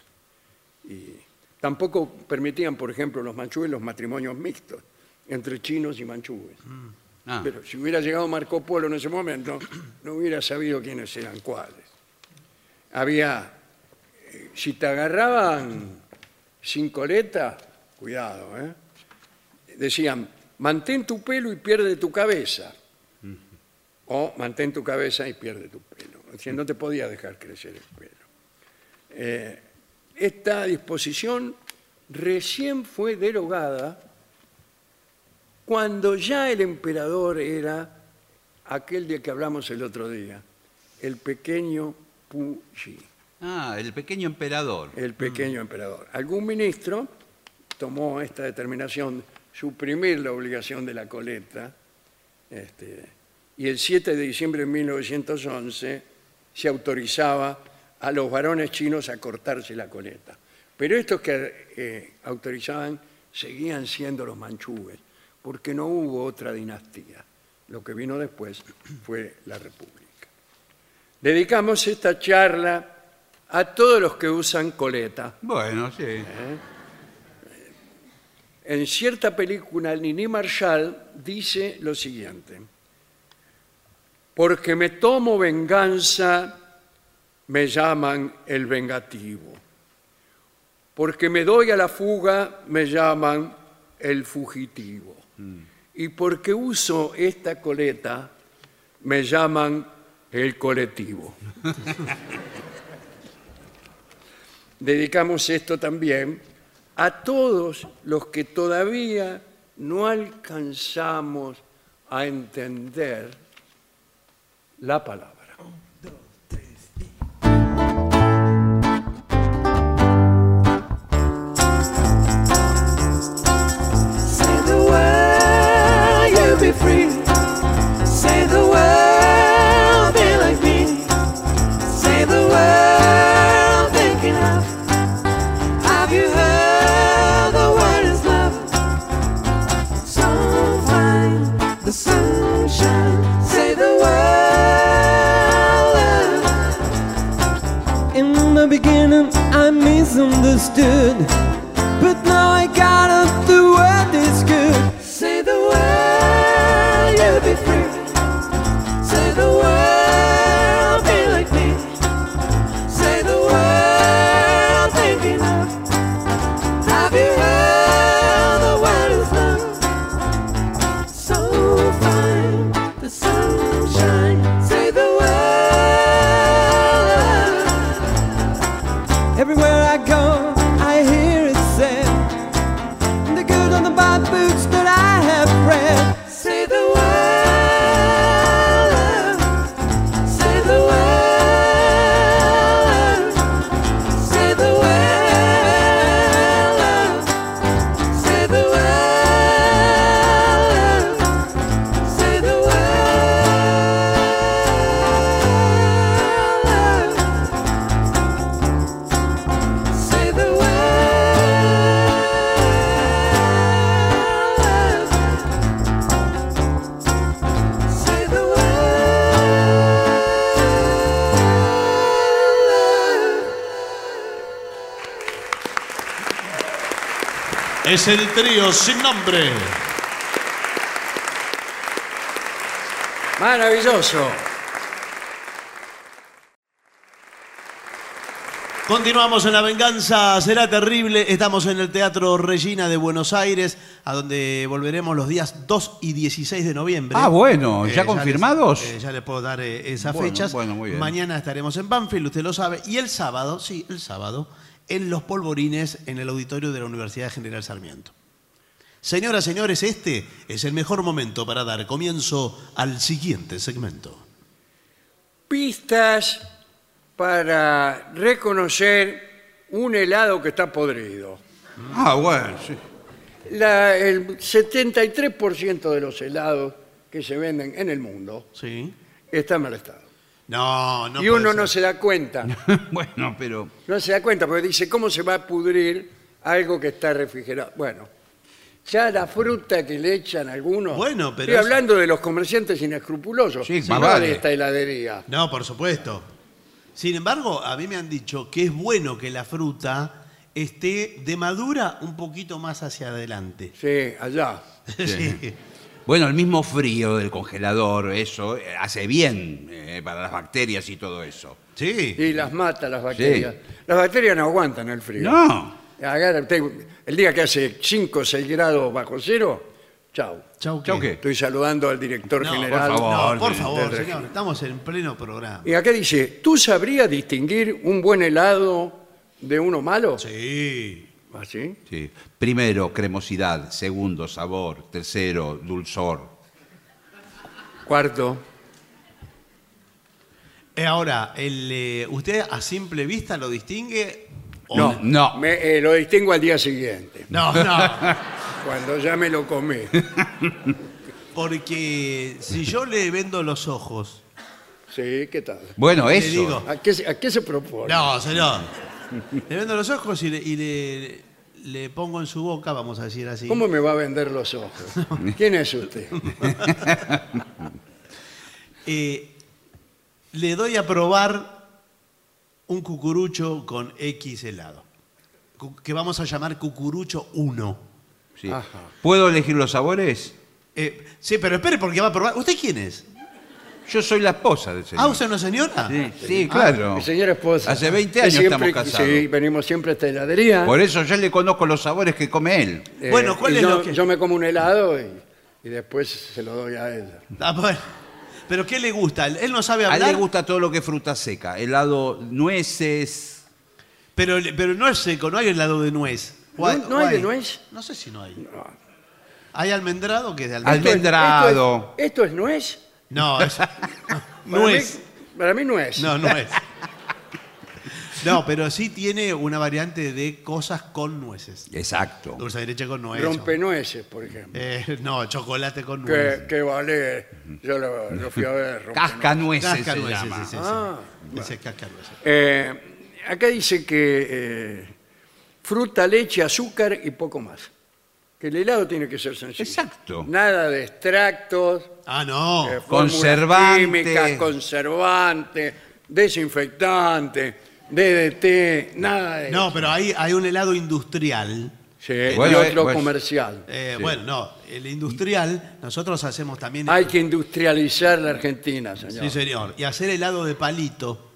Y tampoco permitían, por ejemplo, los manchúes los matrimonios mixtos entre chinos y manchúes.
Ah,
Pero si hubiera llegado Marco Polo en ese momento, no hubiera sabido quiénes eran cuáles. Había, eh, si te agarraban sin coleta, cuidado, ¿eh? Decían, mantén tu pelo y pierde tu cabeza. O mantén tu cabeza y pierde tu pelo. O sea, no te podía dejar crecer el pelo. Eh, esta disposición recién fue derogada cuando ya el emperador era aquel de que hablamos el otro día, el pequeño Puyi,
Ah, el pequeño emperador.
el pequeño emperador. Algún ministro tomó esta determinación, de suprimir la obligación de la coleta, este, y el 7 de diciembre de 1911 se autorizaba a los varones chinos a cortarse la coleta. Pero estos que eh, autorizaban seguían siendo los manchúes, porque no hubo otra dinastía. Lo que vino después fue la República. Dedicamos esta charla a todos los que usan coleta.
Bueno, sí.
Eh. En cierta película, Nini Marshall dice lo siguiente: Porque me tomo venganza, me llaman el vengativo. Porque me doy a la fuga, me llaman el fugitivo. Y porque uso esta coleta, me llaman el colectivo. dedicamos esto también a todos los que todavía no alcanzamos a entender la palabra.
Say the word, you'll be free. Say the word, be like me. Say the word, thinking of. Have you heard the word is love? So fine, the sunshine. Say the word, love. In the beginning, I misunderstood. But now I got up, the world is good. Say the word, you'll be free. Say the word, be like me. Say the word, thinking of. Have you heard the word is love? So fine, the sunshine. Say the word. Everywhere I go, I hear it
Es el trío sin nombre.
Maravilloso.
Continuamos en La Venganza Será Terrible. Estamos en el Teatro Regina de Buenos Aires, a donde volveremos los días 2 y 16 de noviembre.
Ah, bueno, ¿ya
les-
confirmados?
eh, ya les puedo dar eh, esas
Bueno,
fechas.
bueno, muy bien.
Mañana estaremos en Banfield, usted lo sabe. Y el sábado, sí, el sábado, en Los Polvorines, en el auditorio de la Universidad General Sarmiento. Señoras, señores, este es el mejor momento para dar comienzo al siguiente segmento.
Pistas para reconocer un helado que está podrido.
Ah, bueno, sí.
La- el 73% de los helados que se venden en el mundo
¿Sí?
están en mal estado.
No, no.
y
puede
uno
ser.
no se da cuenta.
Bueno, pero.
No se da cuenta porque dice, ¿cómo se va a pudrir algo que está refrigerado? Bueno, ya la fruta que le echan algunos.
Bueno, pero
Estoy
es-
hablando de los comerciantes inescrupulosos,
Sí,
no
más vale.
de esta heladería.
No, por supuesto. Sin embargo, a mí me han dicho que es bueno que la fruta esté de madura un poquito más hacia adelante.
Sí, allá.
Sí.
Bueno, el mismo frío del congelador, eso eh, hace bien eh, para las bacterias y todo eso.
Sí.
Y las mata las bacterias. Las bacterias no aguantan el frío.
No.
Agarra usted- el día que hace 5 o 6 grados bajo cero, chau.
Chau,
Chau, ¿qué?
Estoy saludando al director
No,
general.
por favor.
No, por
del
favor,
régimen.
señor. Estamos en pleno programa.
Y acá dice, ¿tú sabrías distinguir un buen helado de uno malo?
Sí.
¿Ah, sí?
Sí. Primero, cremosidad. Segundo, sabor. Tercero, dulzor.
Cuarto.
Eh, Ahora, el, eh, ¿usted a simple vista lo distingue? o-
No, no.
Me, eh, lo distingo al día siguiente,
No, no.
cuando ya me lo comí.
Porque si yo le vendo los ojos.
Sí, ¿qué tal?
Bueno,
Le
eso.
digo.
¿A qué, se- a qué se propone?
No, señor. Le vendo los ojos y le, y le- le pongo en su boca, vamos a decir así.
¿Cómo me va a vender los ojos? ¿Quién es usted?
Eh, le doy a probar un cucurucho con X helado, cu- que vamos a llamar cucurucho 1.
Sí.
Ajá.
¿Puedo elegir los sabores?
Eh, sí, pero espere, porque va a probar. ¿Usted quién es?
Yo soy la esposa del
¿Ah,
señor.
usted Ah, es una señora?
sí, sí, claro.
Mi señora esposa.
Hace 20
que
años
siempre-
estamos casados.
Sí, venimos siempre a esta heladería.
Por eso yo le conozco los sabores que come él.
Eh,
Bueno, ¿cuál
y
es
yo,
lo que-
yo me como un helado y, y después se lo doy a ella.
Ah, bueno. ¿Pero qué le gusta? Él él no sabe
A él
hablar,
le gusta todo lo que es fruta seca. Helado, nueces.
Pero, le- pero no es seco, no hay helado de nuez. ¿O
¿No- no hay de nuez?
No sé si no hay. ¿Hay almendrado que es de
Esto es-
almendrado?
Almendrado.
¿Esto es, esto es nuez?
No, es...
Para
nuez.
mí- para mí nuez.
No, no es. No, pero sí tiene una variante de cosas con nueces.
Exacto.
Dulce de leche con nueces.
Rompenueces, por ejemplo.
Eh, no, chocolate con
que,
nueces.
que vale. Yo lo, lo fui a ver. rompenueces.
Cascanueces se
Cascanueces,
llama.
sí, sí, sí.
Ah,
Ese es cascanueces.
Eh, acá dice que eh, fruta, leche, azúcar y poco más. Que el helado tiene que ser sencillo.
Exacto.
Nada de extractos,
Ah, no.
eh, fórmulas
Conservantes.
químicas, conservantes, desinfectantes, DDT, nada de
No,
eso.
pero hay, hay un helado industrial.
Sí,
Bueno,
y otro
eh, pues-
comercial.
Eh, Bueno, no, el industrial, nosotros hacemos también.
Hay que industrializar la Argentina, señor.
Sí, señor. Y hacer helado de palito.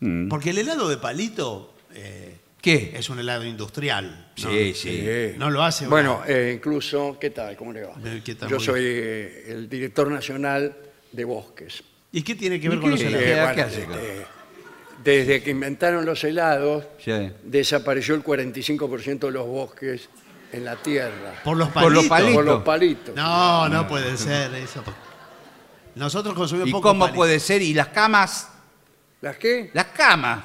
Mm.
Porque el helado de palito eh,
¿Qué?
es un helado industrial. ¿no?
Sí, sí.
Sí.
No lo hace.
Bueno, eh, incluso, ¿qué tal? ¿Cómo le va?
Eh, ¿qué tal?
Yo
Muy
soy eh, el director nacional de bosques.
¿Y qué tiene que
¿Y
ver con los
qué?
helados?
¿Qué
Eh, bueno,
hace acá?
eh, desde que inventaron los helados,
Sí.
desapareció el 45% de los bosques en la tierra.
Por los
Por
palitos.
los palitos.
Por los palitos.
No, no puede ser eso. Nosotros consumimos
¿Y
poco
cómo
palito.
puede ser? ¿Y las camas?
¿Las qué?
Las camas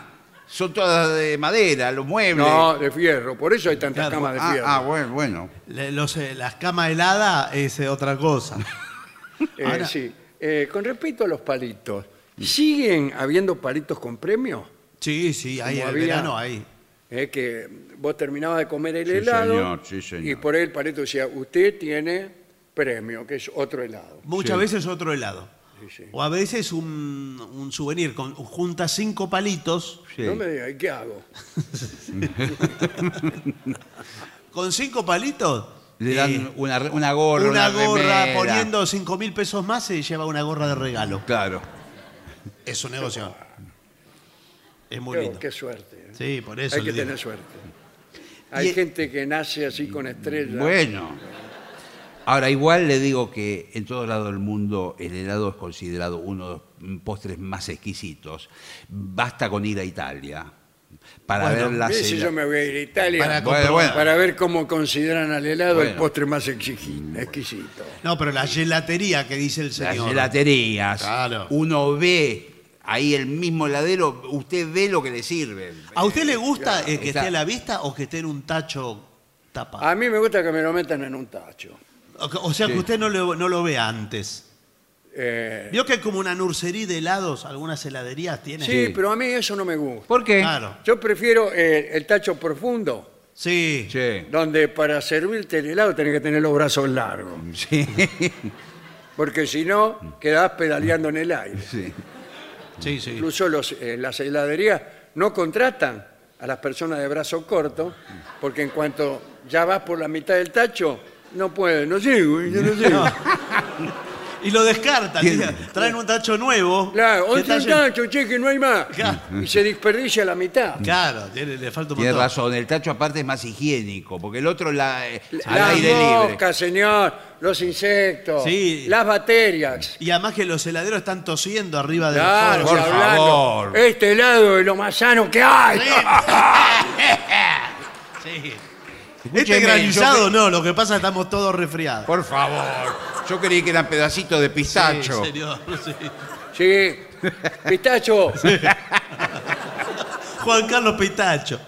son todas de madera, los muebles.
No, de fierro. Por eso hay tantas
Claro,
camas de
ah,
fierro.
ah, bueno, bueno.
Le- los, eh, las camas heladas es eh, otra cosa.
Eh,
ahora-
sí. Eh, con respecto a los palitos, ¿siguen habiendo palitos con premio?
Sí, sí, hay
Como
el
había-
verano ahí.
Eh, que vos terminabas de comer el
Sí,
helado
señor, sí, señor.
y por ahí el palito decía, usted tiene premio, que es otro helado.
Muchas veces otro helado.
Sí, sí.
O a veces un, un souvenir con junta cinco palitos.
Sí.
No me diga, ¿y qué hago?
con cinco palitos.
Le
eh,
dan una, re- una gorra.
una
Una,
gorra,
remera.
poniendo cinco mil pesos más, se lleva una gorra de regalo.
Claro.
Es un negocio. Es muy
Pero
lindo.
Qué suerte. ¿eh?
Sí, por eso.
Hay que
le digo.
tener suerte. Hay
Y-
gente que nace así con estrellas.
Bueno. Ahora, igual le digo que en todo lado del mundo el helado es considerado uno de los mm, postres más exquisitos. Basta con ir a Italia para
Bueno,
ver las
Mirá si
hela-
yo me voy a ir a Italia
Para
para,
Bueno, bueno.
ver cómo consideran al helado el
Bueno.
postre más exigi- exquisito.
No, pero la gelatería que dice el
las
señor.
gelaterías.
Claro.
Uno ve ahí el mismo heladero, usted ve lo que le sirve.
¿A usted le gusta eh, que esté
Está-
a la vista o que esté en un tacho tapado?
A mí me gusta que me lo metan en un tacho.
O que- O sea, que
Sí.
usted no lo, no lo vea antes.
Eh,
Vio que hay como una nursería de helados, algunas heladerías tienen.
sí, pero a mí eso no me gusta.
¿Por qué?
Claro.
Yo prefiero eh, el tacho profundo,
Sí.
Sí.
donde para servirte el helado tenés que tener los brazos largos.
Sí.
Porque si no, quedás pedaleando en el aire.
sí.
Sí, sí.
Incluso los, eh, las heladerías no contratan a las personas de brazo corto, porque en cuanto ya vas por la mitad del tacho, no puede, no llego, yo no llego.
Y lo descartan.
Tiene.
diga, Traen un tacho nuevo.
Claro,
que
otro
está lleno-
tacho, che, que no hay más.
Claro.
Y se desperdicia la mitad.
Claro, tiene- le falta un
Tiene
montón.
razón, el tacho aparte es más higiénico, porque el otro la, eh, al
Las
aire libre.
moscas, señor, los insectos,
Sí.
las bacterias.
Y además que los heladeros están tosiendo arriba del
Claro,
Por
y hablando,
favor.
Este helado es lo más sano que hay.
Sí.
Escúcheme,
Este granizado
yo
no, lo que pasa es que estamos todos resfriados.
Por favor. Yo creí que eran pedacitos de pistacho.
Sí, señor, sí.
Sí, pistacho.
Juan Carlos Pitacho.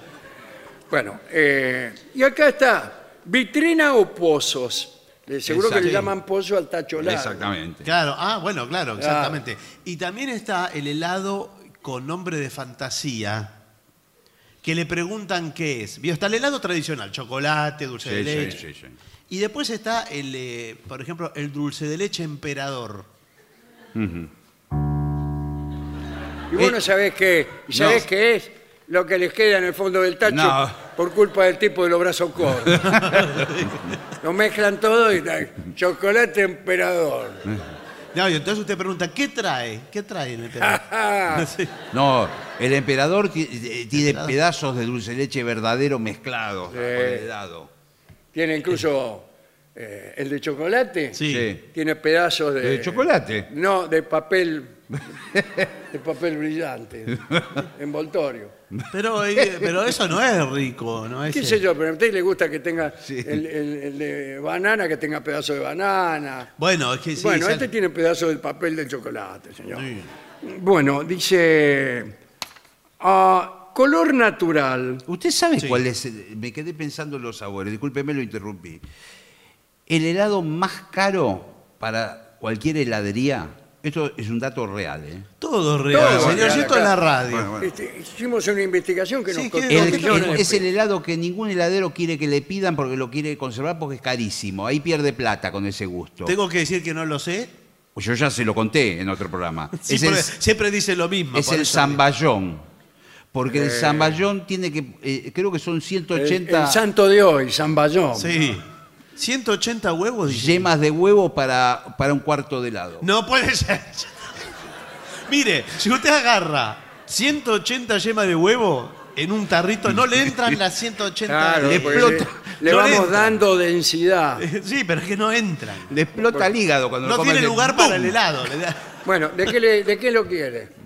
Bueno, eh, y acá está, vitrina o pozos. Eh, Seguro que le
Exacto.
llaman pozo al tacho largo.
Exactamente.
Claro, ah, bueno, claro, exactamente. Y también está el helado con nombre de fantasía, que le preguntan qué es. Vio, está el helado tradicional, chocolate, dulce de
Sí, sí,
leche.
sí, sí.
Y después está el, eh, por ejemplo, el dulce de leche emperador.
Y vos no sabés qué, ¿Y sabés
No.
qué es lo que les queda en el fondo del tacho
No.
por culpa del tipo de los brazos cortos. lo mezclan todo y da- chocolate emperador.
No, y entonces usted pregunta, ¿qué trae? ¿Qué trae el emperador?
Ah,
Sí.
No, el emperador ti- eh, tiene pedazos de dulce de leche verdadero mezclados con el helado.
tiene incluso eh, el de chocolate.
Sí.
Tiene pedazos de...
¿De chocolate?
No, de papel, de papel brillante, envoltorio.
Pero, eh, pero eso no es rico, ¿no? Es,
qué
eh,
sé yo, pero a usted le gusta que tenga el, el- el de banana, que tenga pedazo de banana.
Bueno, es que sí.
bueno,
sal-
este tiene pedazo del papel del chocolate, señor. Bueno, dice, ah, color natural.
¿Usted sabe
Sí.
cuál es? el- Me quedé pensando en los sabores, discúlpeme, lo interrumpí. El helado más caro para cualquier heladería, esto es un dato real, ¿eh?
Todo es real,
Todo es
señor.
real
Si esto es la
acá.
radio.
Este, hicimos una investigación que
Sí,
nos
que-
costó
El-
¿qué
millones
el-
de
es el helado que ningún heladero quiere que le pidan porque lo quiere conservar porque es carísimo. Ahí pierde plata con ese gusto. Pues
Tengo que decir que no lo sé.
Yo ya se lo conté en otro programa.
Sí,
es el,
porque siempre dice lo mismo.
es
por
el
eso
zamballón. Porque
Eh.
el zamballón tiene que. eh, creo que son
pesos.
180
El, el santo de hoy, San Bayón.
Sí. 180 huevos. dice.
yemas de huevo para, para un cuarto de helado.
No puede ser. Mire, si usted agarra 180 yemas de huevo en un tarrito, no le entran las 180.
Claro,
Le
pues,
porque
explota.
le, le
No le
vamos
entra.
dando densidad.
Sí, pero es que no entran.
Le explota el hígado cuando lo
No
come,
tiene
le-
lugar
¡pum!
para el helado. le da-
Bueno, ¿de qué, le- ¿de qué lo quiere?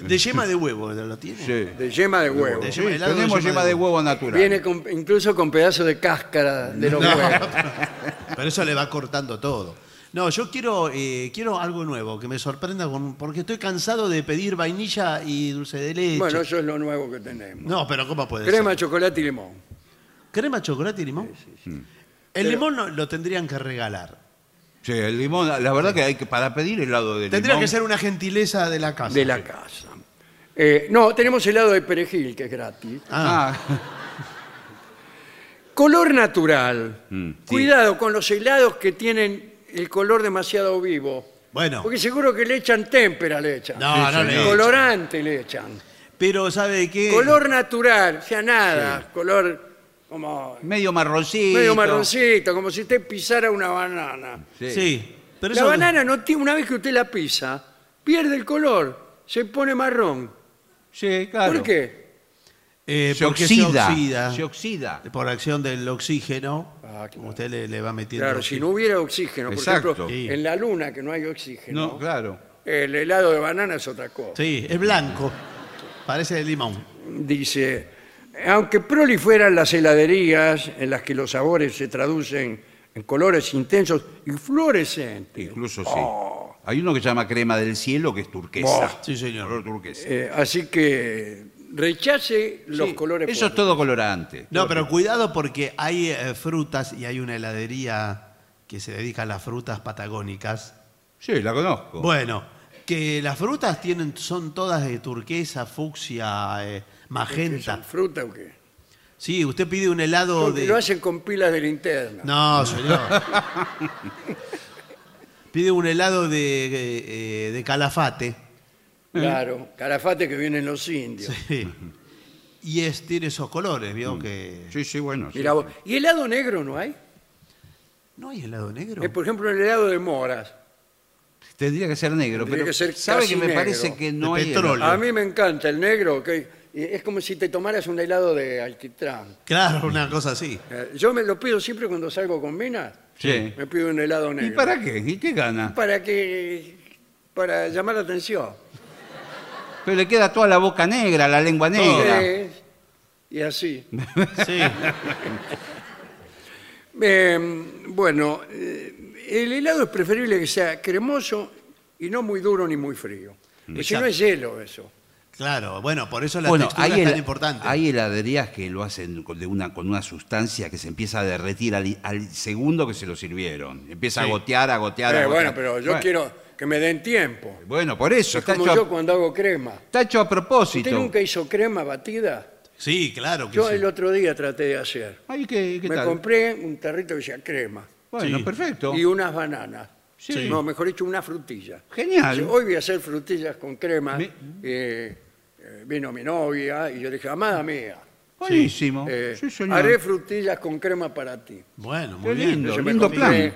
De yema de huevo, ¿lo tiene?
Sí.
De yema de huevo.
De
Sí,
yema de helado,
tenemos yema de huevo natural.
Viene con- incluso con pedazos de cáscara de los
No,
huevos.
pero eso le va cortando todo. No, yo quiero, eh, quiero algo nuevo, que me sorprenda, con- porque estoy cansado de pedir vainilla y dulce de leche.
Bueno, eso es lo nuevo que tenemos.
no, pero ¿cómo puede
Crema,
ser?
chocolate y limón.
Crema, chocolate y limón. Mm. El limón lo, lo tendrían que regalar.
Sí, el limón, la verdad que hay que para pedir helado de
Tendría
limón.
que ser una gentileza de la casa.
De la casa. Eh, no, tenemos helado de perejil, que es gratis.
Ah,
Ah,
Color natural.
Mm,
sí.
Cuidado con los helados que tienen el color demasiado vivo.
bueno.
Porque seguro que le echan témpera, le echan.
No, no le echan.
Colorante le echan.
Pero ¿sabe qué?
Color natural, o sea, nada. Color como
Medio marroncito.
medio marroncito, como si usted pisara una banana.
Sí.
Sí, pero
La
eso-
banana, no tiene- una vez que usted la pisa, pierde el color, se pone marrón.
Sí, claro.
¿Por qué?
eh,
Se
porque
oxida.
Se oxida.
Se oxida.
Por acción del oxígeno.
Ah, claro.
Usted le, le va metiendo.
Claro, si no hubiera oxígeno, por
Exacto.
ejemplo,
Sí.
en la luna que no hay oxígeno,
No, claro.
el helado de banana es otra cosa.
Sí, es blanco. Parece de limón.
dice, aunque proliferan las heladerías en las que los sabores se traducen en colores intensos y fluorescentes,
Incluso sí. Hay uno que se llama crema del cielo que es turquesa.
Oh.
Sí, señor.
Color turquesa.
eh, así que rechace los
Sí,
colores.
Eso es
fuertes.
todo colorante.
No, pero cuidado porque hay eh, frutas y hay una heladería que se dedica a las frutas patagónicas.
Sí, la conozco.
Bueno, que las frutas tienen, son todas de turquesa, fucsia, eh, magenta.
¿Son ¿Fruta o qué?
Sí, usted pide un helado
Lo
de.
hacen con pilas de linterna.
No, señor. Pide un helado de, eh, de calafate.
Claro, carafate que vienen los indios.
Sí. Y es, tiene esos colores, ¿vio? Que...
Sí, sí, bueno. sí.
Mirá vos. ¿Y helado negro no hay?
¿No hay helado negro?
Eh, por ejemplo, el helado de moras.
Tendría que ser negro,
Tendría
pero
que ser
sabe
casi
que me
negro.
parece que no
De
hay
petróleo.
helado.
A mí me encanta el negro, que eh, es como si te tomaras un helado de alquitrán.
Claro, una cosa así.
Eh, Yo me lo pido siempre cuando salgo con minas.
Sí.
Me pido un helado
¿Y
negro.
para qué? ¿Y qué gana?
Para que. para llamar la atención.
Pero le queda toda la boca negra, la lengua negra.
Eh, y así.
Sí.
Eh, bueno, eh, el helado es preferible que sea cremoso y no muy duro ni muy frío.
Mm,
Porque si no es hielo eso.
Claro, bueno, por eso la
bueno,
textura
hay,
es tan
hel-
importante.
hay heladerías que lo hacen con, de una, con una sustancia que se empieza a derretir al, al segundo que se lo sirvieron. Empieza a
Sí.
gotear, a gotear, a
Eh,
gotear.
bueno, pero yo
Bueno,
quiero que me den tiempo.
Bueno, por eso.
Es
Está
como
hecho, a-
yo cuando hago crema.
está hecho a propósito.
¿Usted nunca hizo crema batida?
Sí, claro que
Yo
sí.
el otro día traté de hacer.
Ay, ¿qué, qué
Me
tal?
compré un tarrito que decía crema.
Bueno,
Sí.
perfecto.
y unas bananas.
Sí.
No, mejor dicho, una frutilla.
Genial.
Dice, Hoy voy a hacer frutillas con crema.
Me-
Eh, eh, vino mi novia y yo le dije, amada mía,
Buenísimo.
eh,
Sí, señor.
haré frutillas con crema para ti.
Bueno,
Qué
muy bien.
lindo.
Entonces me
lindo
compré
plan.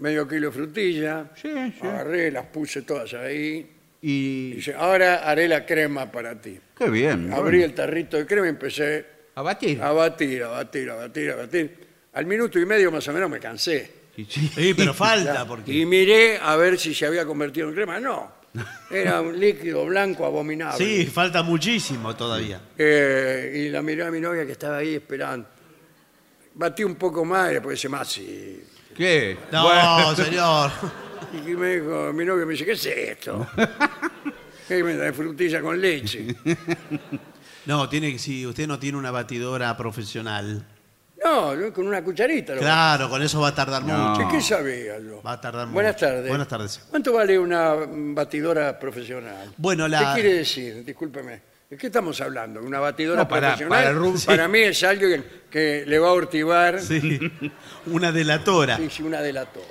medio kilo de frutilla,
Sí, sí.
agarré, las puse todas ahí. Y
Y...
dice, ahora haré la crema para ti.
Qué bien.
Abrí el Ah. tarrito de crema y empecé
A batir.
a batir, a batir, a batir, a batir. Al minuto y medio más o menos me cansé.
Sí, sí.
Sí, pero falta,
Y
porque.
miré a ver si se había convertido en crema. No, era un líquido blanco abominable.
Sí, falta muchísimo todavía.
Eh, y la miré a mi novia que estaba ahí esperando. Batí un poco más y después se más. Y,
¿Qué?
No, señor.
y me dijo, mi novia me dice, ¿qué es esto? ¿Qué me da frutilla con leche?
No, tiene que, si usted no tiene una batidora profesional.
No, yo con una cucharita. lo-
Claro, con eso va a tardar
No.
mucho.
Che, ¿Qué sabía yo?
Va a tardar
Buenas
mucho.
tardes.
Buenas tardes.
¿Cuánto vale una mm, batidora profesional?
Bueno, la-
¿Qué quiere decir? Discúlpeme. ¿De qué estamos hablando? ¿Una batidora
No, para-
profesional?
para el rum- sí.
Para mí es alguien que le va a ortivar
Sí, una delatora.
y si una delatora.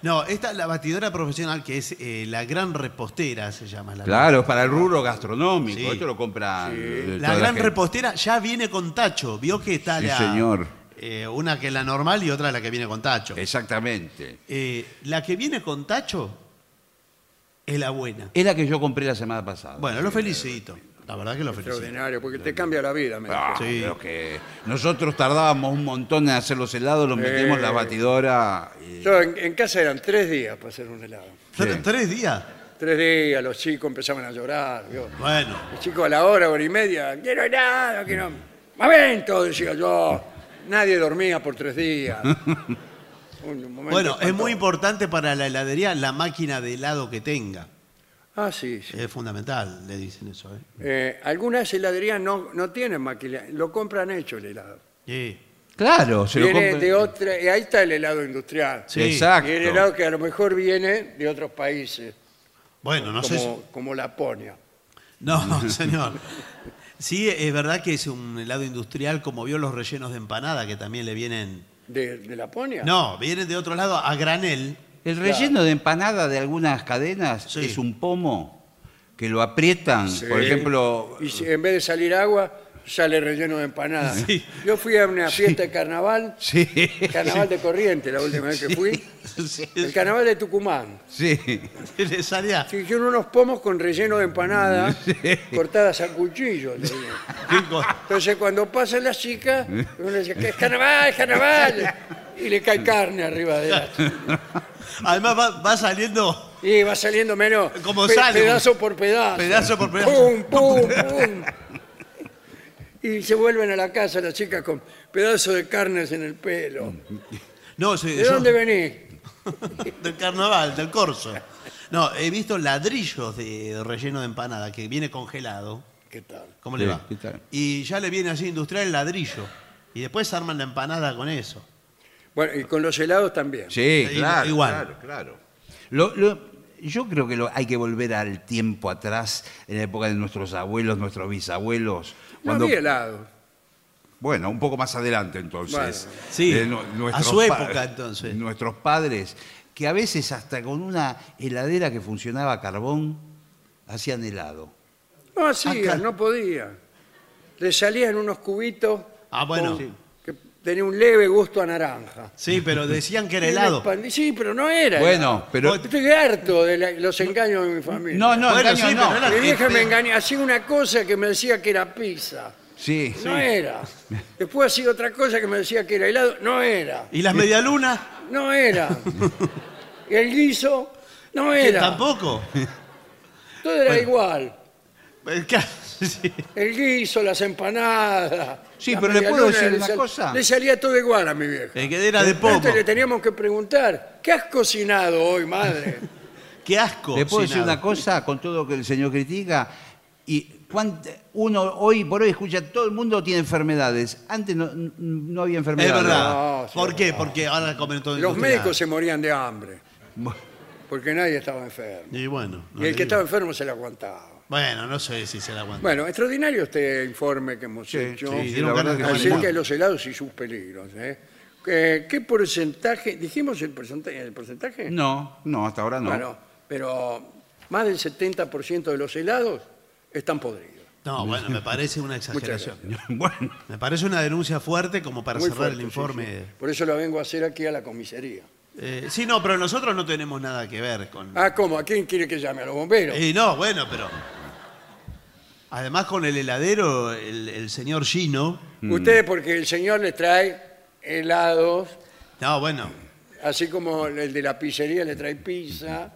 No, esta es la batidora profesional que es eh, la gran repostera, se llama. La,
Claro, es para el rubro gastronómico.
Sí.
Esto lo compran. eh, toda
la gran
gente.
repostera ya viene con tacho. Vio que está
Sí,
la.
señor.
eh, una que es la normal y otra la que viene con tacho.
Exactamente.
Eh, la que viene con tacho es la buena.
Es la que yo compré la semana pasada.
Bueno, lo felicito. La verdad que lo felicito.
Extraordinario, porque te cambia la vida. me
Ah,
Sí.
pero que nosotros tardábamos un montón en hacer los helados, los metimos en la batidora.
dijo.
y-
Yo en, en casa eran tres días para hacer un helado.
Tre-
Sí.
¿Tres días?
Tres días, los chicos empezaban a llorar. ¿vio?
Bueno,
Los chicos a la hora, hora y media, quiero helado, quiero... ¡Momento! decía yo. Nadie dormía por tres días. Un momento
bueno, es muy
espantoso.
importante para la heladería la máquina de helado que tenga.
Ah, sí, sí.
Es fundamental, le dicen eso. ¿eh?
Eh, algunas heladerías no, no tienen maquila, lo compran hecho el helado.
Sí.
Claro, se lo
Viene
compré.
de otra, y ahí está el helado industrial.
Sí.
Y el
Exacto.
helado que a lo mejor viene de otros países,
Bueno, no sé. si-
como, como Laponia.
No, señor. Sí, es verdad que es un helado industrial, como vio los rellenos de empanada, que también le vienen.
¿De, de Laponia?
No, vienen de otro lado a granel.
El relleno de empanada de algunas cadenas
Sí.
es un pomo que lo aprietan. Por ejemplo,
Y si en vez de salir agua, sale relleno de empanadas.
Sí.
Yo fui a una fiesta de carnaval,
Sí,
carnaval de Corrientes la última vez que fui,
Sí,
el carnaval de Tucumán.
sí.
le salía.
Se hicieron unos pomos con relleno de empanadas cortadas a cuchillo. le digo.
Qué co-
Entonces cuando pasa la chica, uno le dice, "¿Qué es carnaval, es carnaval? Y le cae carne arriba de la
Además va, va saliendo.
Y va saliendo menos
Como sale.
pedazo por pedazo.
Pedazo por pedazo.
Pum, pum, pum. Y se vuelven a la casa las chicas con pedazos de carnes en el pelo.
No, sí,
¿De
Mm. yo-
dónde venís?
Del carnaval, del corso. No, he visto ladrillos de relleno de empanada que viene congelado.
¿Qué tal?
¿Cómo
Sí,
le va?
¿qué tal?
Y ya le viene así industrial el ladrillo. Y después arman la empanada con eso.
Bueno, y con los helados también.
Sí,
Sí,
claro,
igual.
claro, claro. Lo- lo- yo creo que lo- hay que volver al tiempo atrás, en la época de nuestros abuelos, nuestros bisabuelos.
No
Cuando,
había helado.
bueno, un poco más adelante entonces.
Bueno,
sí,
nu-
a
nuestros
su
pa-
época, entonces.
Nuestros padres, que a veces hasta con una heladera que funcionaba a carbón, hacían helado.
No hacía,
Acá-
no podía. Le salían unos cubitos
Ah, bueno. Sí.
que tenían un leve gusto a naranja.
pero decían que era helado.
Expandí- Sí, pero no era.
Bueno, pero...
Estoy harto de la- los engaños de mi familia.
No, no,
Bueno,
engaño
sí,
no.
pero era-
Mi vieja me
Este-
engañó, hacía una cosa que me decía que era pizza.
Sí,
No era. Después hacía otra cosa que me decía que era helado. No era.
¿Y las medialunas?
No era. Y el guiso. No
Que
era.
Tampoco.
Todo era igual.
Eh, claro, sí.
El guiso, las empanadas.
Sí,
las
pero ¿le puedo
medialunas,
decir
le
una
sal-
cosa?
Le salía todo igual a mi vieja.
Eh, que era de poco.
Antes le teníamos que preguntar, ¿qué has cocinado hoy, madre?
Qué asco.
Le puedo decir
sin nada.
una cosa con todo lo que el señor critica. Y cuánt- uno hoy por hoy escucha, todo el mundo tiene enfermedades. Antes no, n- no había
Es
enfermedades.
verdad.
No, sí,
¿Por
es
qué? Porque ahora comen todo
Los
industrial.
médicos se morían de hambre porque nadie estaba enfermo.
Y bueno. no
Y el
le
que
digo.
estaba enfermo se la aguantaba.
Bueno, no sé si se la aguanta.
Bueno, extraordinario este informe que hemos hecho
sí,
sí,
dieron
la
ganas
verdad
de
que
comer
sí.
acerca de los helados y sus peligros. ¿eh? Eh, ¿Qué porcentaje? ¿Dijimos el porcentaje? El porcentaje?
No, no, hasta ahora no.
Bueno, pero más del 70% de los helados están podridos.
No, bueno, me parece una exageración.
Bueno,
Me parece una denuncia fuerte como para
Muy
cerrar
fuerte,
el
sí,
informe.
sí. Por eso lo vengo a hacer aquí a la comisaría.
Eh, sí, no, pero nosotros no tenemos nada que ver con.
Ah, ¿cómo? ¿A quién quiere que llame? ¿A los bomberos?
Y no, bueno, pero. Además, con el heladero, el, el señor Gino. mm.
Ustedes, porque el señor les trae helados,
No, bueno.
así como el de la pizzería le trae pizza.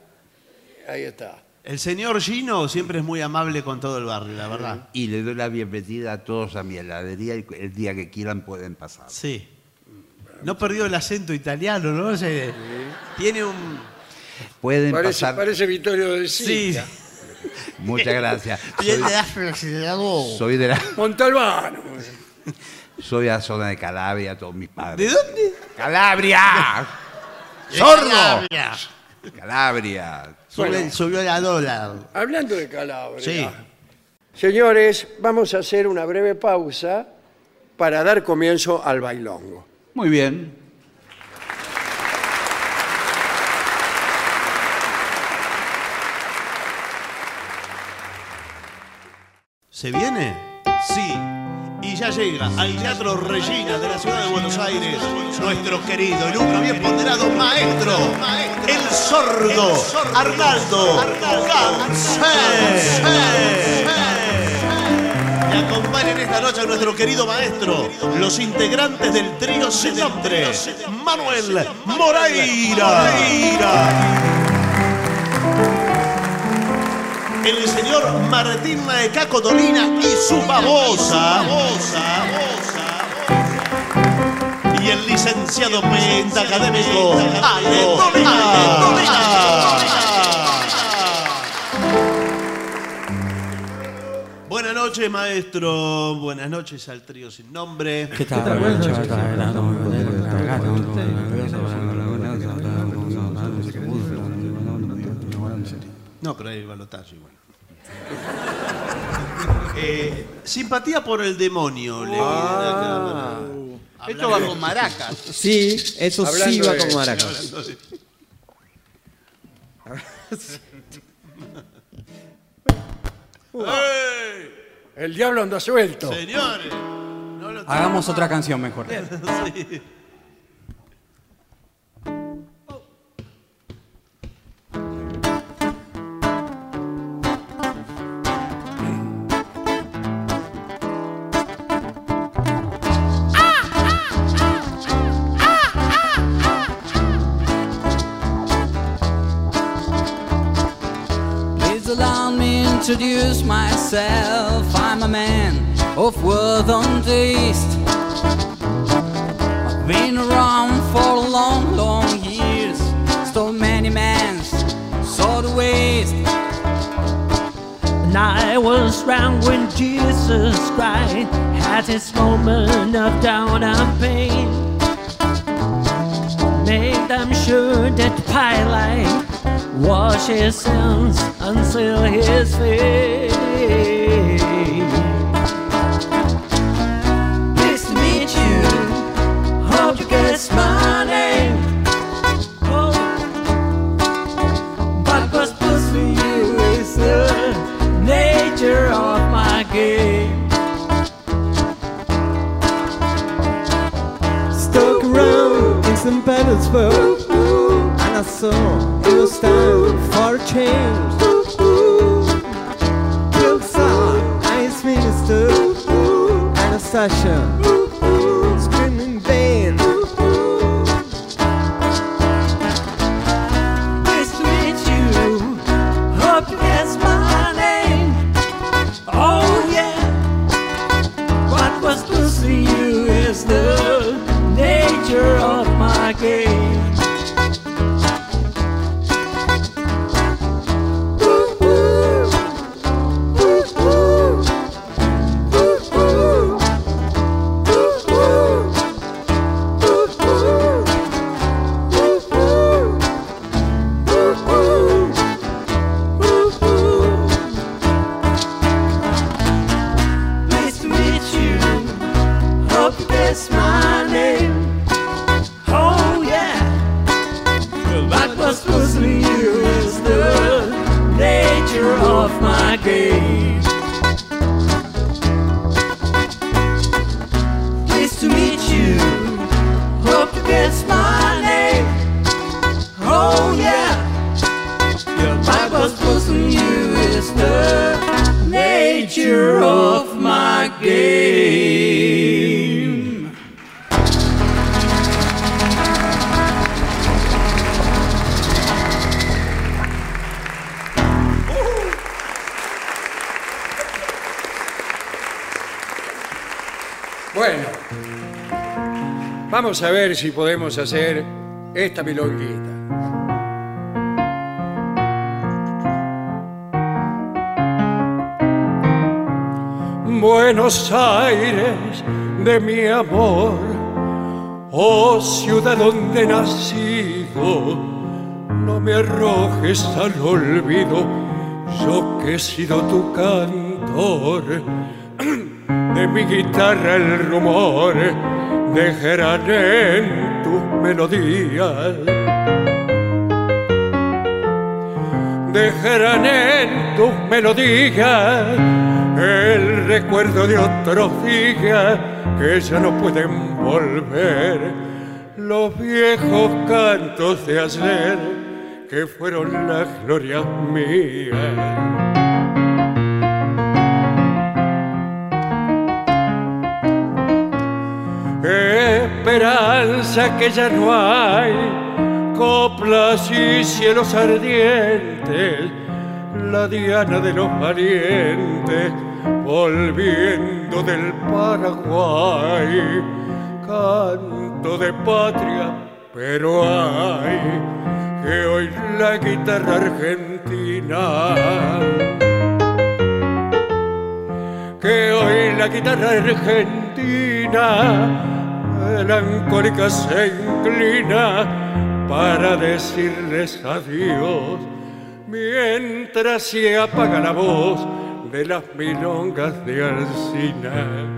Ahí está.
El señor Gino siempre es muy amable con todo el barrio, la verdad.
y le doy la bienvenida a todos a mi heladería y el día que quieran pueden pasar.
Sí. No perdió el acento italiano, ¿no? Se- tiene un.
Pueden
Parece,
pasar.
parece Vittorio de
Sí.
Sica.
Muchas gracias.
Bien
Soy,
de acelerador.
soy de la,
Montalbano.
soy de la zona de Calabria, todos mis
¿De
padres.
dónde?
¡Calabria! ¡Sordo!
Calabria.
Calabria.
Subió- Subió la dólar.
Hablando de Calabria.
Sí.
Señores, vamos a hacer una breve pausa para dar comienzo al bailongo.
Muy bien.
¿Se viene? Sí. Y ya llega al Teatro Regina de la Ciudad de Buenos Aires nuestro querido y nunca bien ponderado maestro, el sordo Arnaldo Gansé. Y acompañen esta noche a nuestro querido maestro, los integrantes del trío Sedambre, Manuel Moreira. el señor Martín Maecaco Dolina y su babosa. Y el licenciado pentacadémico Ale Dolina. Buenas noches, maestro. Buenas noches al trío sin nombre.
¿Qué tal? Buenas noches. Buenas
No, pero hay balotaje igual. Eh, simpatía por el demonio. le-
Ah. Esto va con maracas.
Sí, eso sí
Hablando
va
de-
con maracas.
¡Ey!
El diablo anda suelto.
Señores, no lo
Hagamos otra canción mejor.
Sí.
Please allow me introduce myself. I'm a man of worth and taste. I've been around for a long, long years. Stole many mans, saw the waste.
And I was round when Jesus Christ had his moment of doubt and pain. Made them sure that Pilate washed his sins until his face.
Pleased to meet you. Hope you guess my name. Oh,
But what's supposed to you is the nature of my game.
stuck around in St. Petersburg And I saw it was time for a change Took side and his minister Anastasia Screaming vain
Pleased to meet you. Hope you guess my name.
Oh yeah, what was supposed to you is the nature of my game.
Nice to meet you. Hope you guess my name.
Oh yeah, what was supposed to you is the nature of my game.
Nice to meet you. Hope you guess my name. Oh yeah. Your Bible's pushing you is the nature of my game.
Bueno, vamos a ver si podemos hacer esta milonguita. Buenos Aires de mi amor, oh ciudad donde he nacido, no me arrojes al olvido, yo que he sido tu cantor de mi guitarra el rumor dejarán en tus melodías. Dejarán en tus melodías el recuerdo de otros días que ya no pueden volver. Los viejos cantos de ayer que fueron las glorias mías. esperanza que ya no hay, coplas y cielos ardientes, la diana de los valientes, volviendo del Paraguay, canto de patria, pero hay que hoy la guitarra argentina que hoy la guitarra argentina melancólica se inclina para decirles adiós mientras se apaga la voz de las milongas de Alcina.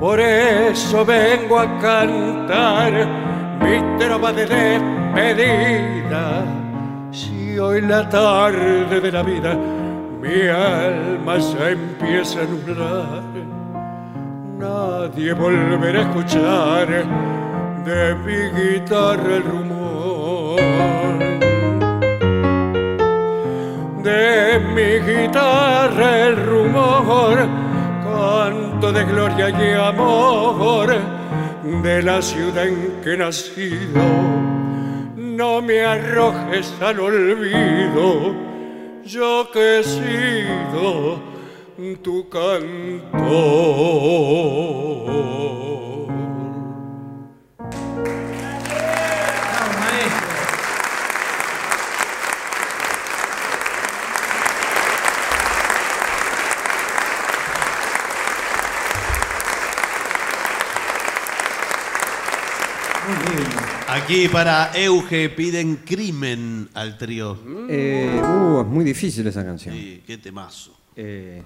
Por eso vengo a cantar mi trova de medida. Si hoy la tarde de la vida mi alma se empieza a nublar, nadie volverá a escuchar de mi guitarra el rumor. De mi guitarra el rumor, canto de gloria y amor de la ciudad en que he nacido. No me arrojes al olvido, yo que he sido tu cantor.
Aquí para Euge piden crimen al trío.
Eh, uh, es muy difícil esa canción.
Sí, qué temazo.
Eh,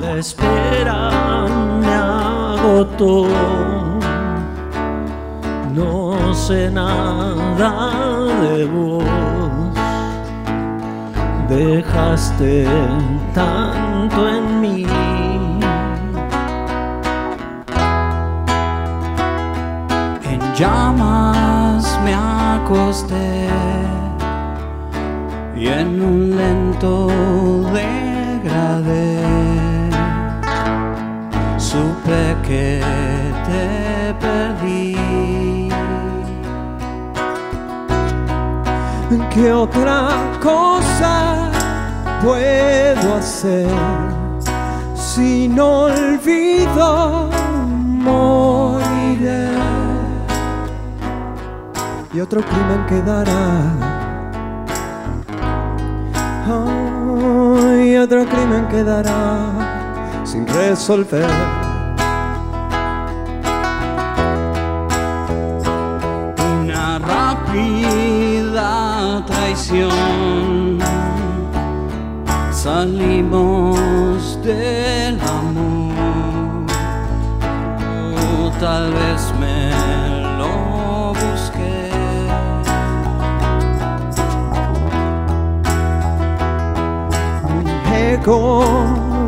La espera me agotó. No sé nada de vos. Dejaste tanto en mí.
En llamas me acosté y en un lento degradé supe que te perdí.
¿Qué otra cosa puedo hacer sin olvido? Moriré y otro crimen quedará. Oh, y otro crimen quedará sin resolver.
una rápida traición. Salimos del amor, o tal vez me lo busqué.
Ego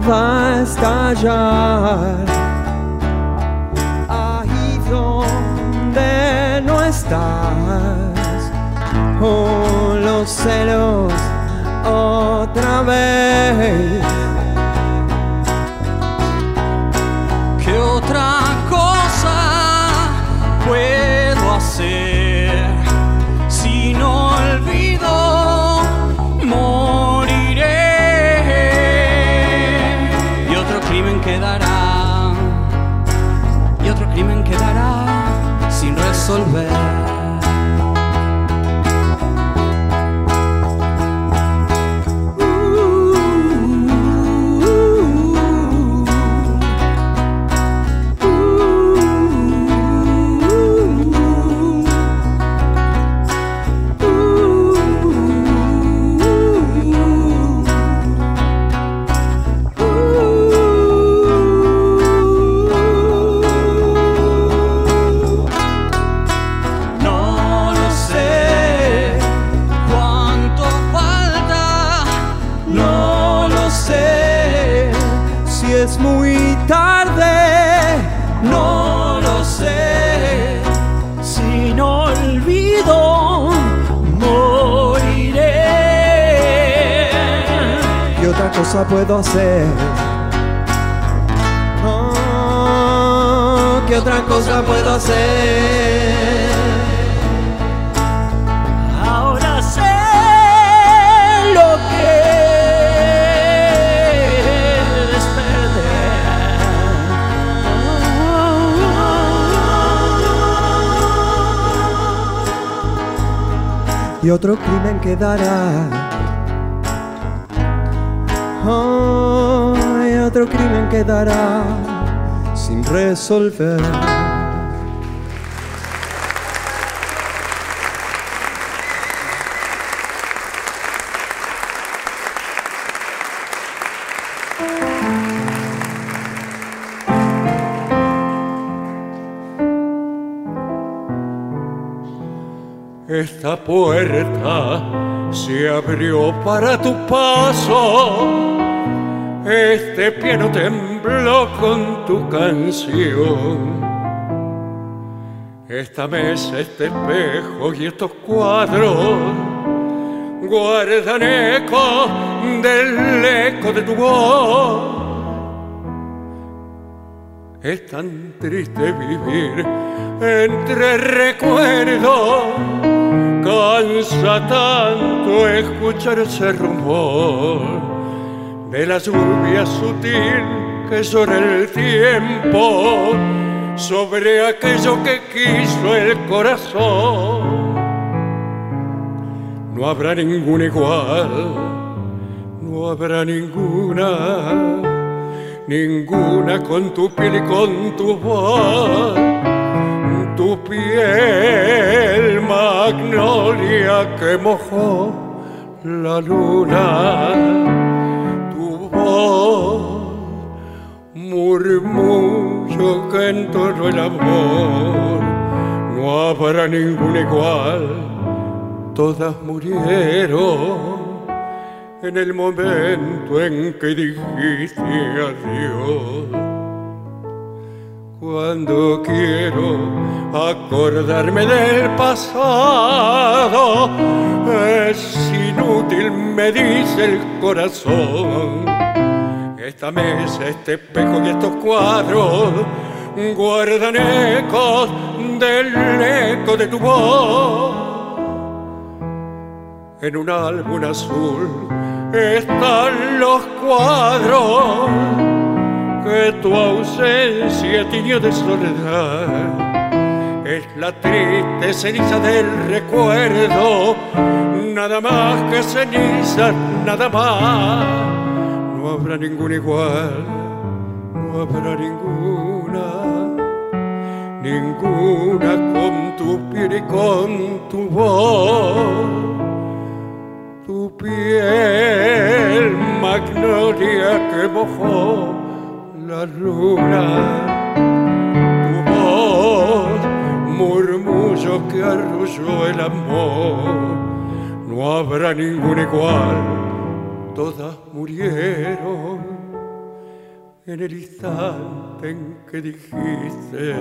va a estallar ahí donde no estás. Oh, los celos otra vez.
¿Qué otra cosa puedo hacer? Si no olvido, moriré. Y otro crimen quedará, y otro crimen quedará sin resolver. No lo sé cuánto falta,
No lo sé si es muy tarde.
no lo sé. Sin olvido moriré.
¿Qué otra cosa puedo hacer? Oh, ¿Qué otra cosa puedo hacer?
Ahora sé lo que es
y otro crimen quedará. Oh, y otro crimen quedará sin resolver.
Esta puerta se abrió para tu paso. Este piano tembló con tu canción. Esta mesa, este espejo y estos cuadros guardan eco del eco de tu voz. Es tan triste vivir entre recuerdos, cansa tanto escuchar ese rumor de la lluvia sutil que sobre el tiempo, sobre aquello que quiso el corazón. No habrá ningún igual, no habrá ninguna ninguna con tu piel y con tu voz. Tu piel magnolia que mojó la luna, tu voz murmullo que entonó el amor. No habrá ningún igual, todas murieron en el momento en que dijiste adiós. Cuando quiero acordarme del pasado, es inútil, me dice el corazón. Esta mesa, este espejo y estos cuadros guardan ecos del eco de tu voz. En un álbum azul están los cuadros que tu ausencia tiñó de soledad. Es la triste ceniza del recuerdo, nada más que ceniza, nada más. No habrá ningún igual, no habrá ninguna, ninguna con tu piel y con tu voz tu piel magnolia que mojó la luna, tu voz murmullo que arrulló el amor. No habrá ningún igual, todas murieron en el instante en que dijiste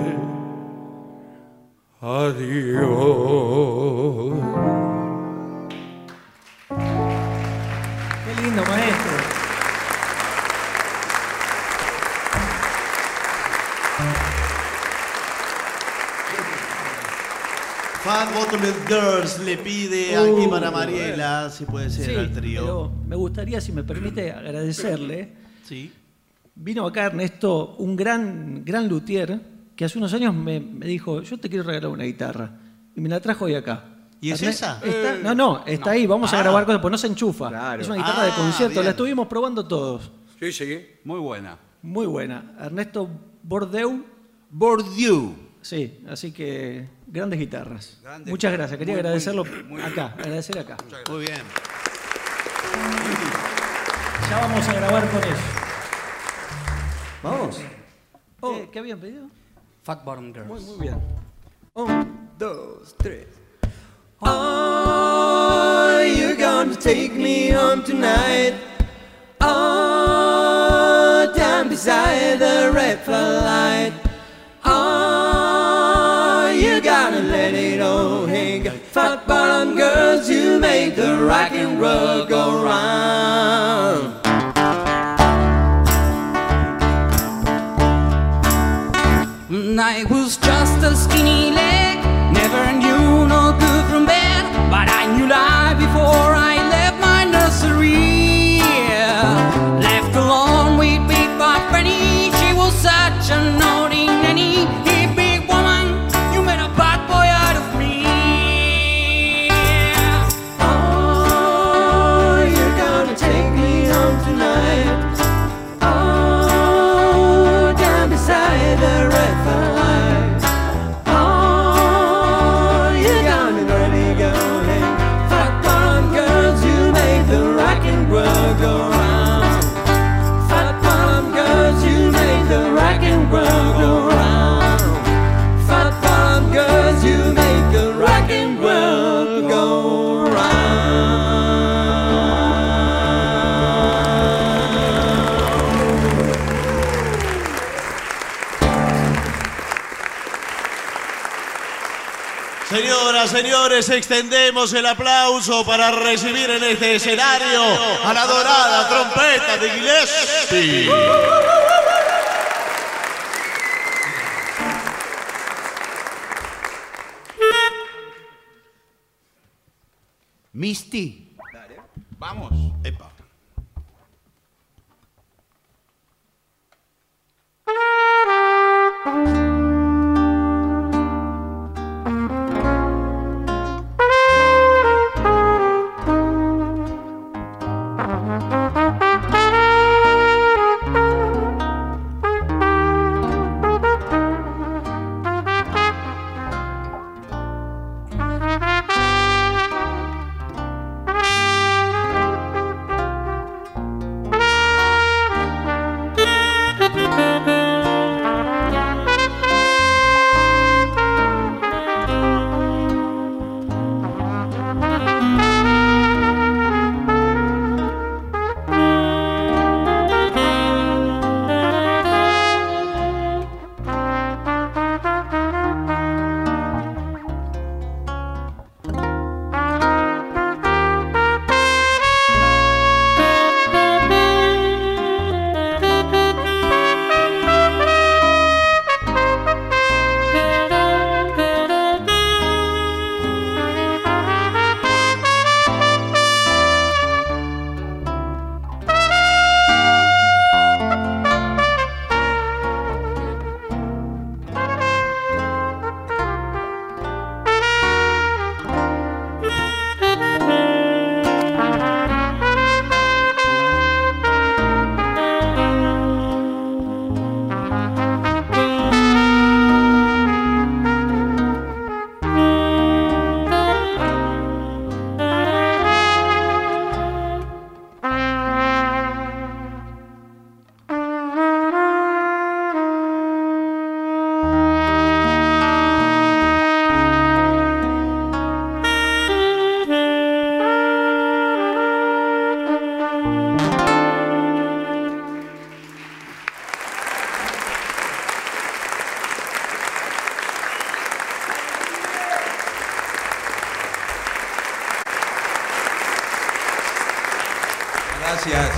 adiós.
Qué lindo, maestro.
Fat Bottled Girls le pide
Uh.
aquí para Mariela, si puede ser
Sí,
al trío.
pero me gustaría, si me permite, agradecerle.
Sí.
Vino acá Ernesto, un gran, gran luthier, que hace unos años me, me dijo, yo te quiero regalar una guitarra. Y me la trajo hoy acá.
¿Y es esa? Eh,
está- no, no, está ahí, vamos a
Ah.
grabar cosas, pues no se enchufa. Es una guitarra de
Ah,
concierto,
bien.
la estuvimos probando todos.
Sí, sí.
Muy buena.
Muy buena. Ernesto Bordeu.
Bordieu.
Sí, así que grandes guitarras.
Grandes
Muchas
guitarras.
gracias. Quería
Muy, muy,
agradecerlo
muy
acá, agradecer acá.
Muy bien.
Ya vamos a grabar con eso.
Vamos.
Oh, ¿Qué habían pedido?
Fuckborn Girls.
Muy, muy bien.
Un, dos, tres. Are you gonna take me home tonight? Oh, down beside the red light. Oh, you gotta let it all hang. Fat bottom girls, you make the rock and roll go
Mm,
round.
And I was just a skinny leg, never knew no good from bad, but I knew life before I left my nursery. Left alone with Big Bob Penny, she was such a naughty nanny. Hey, big woman, you made a bad boy out of me.
Oh,
Oh, Oh,
Señoras, señores, extendemos el aplauso para recibir en este escenario a la dorada trompeta de Gillespie.
Misty. Vamos.
Epa.
Gracias.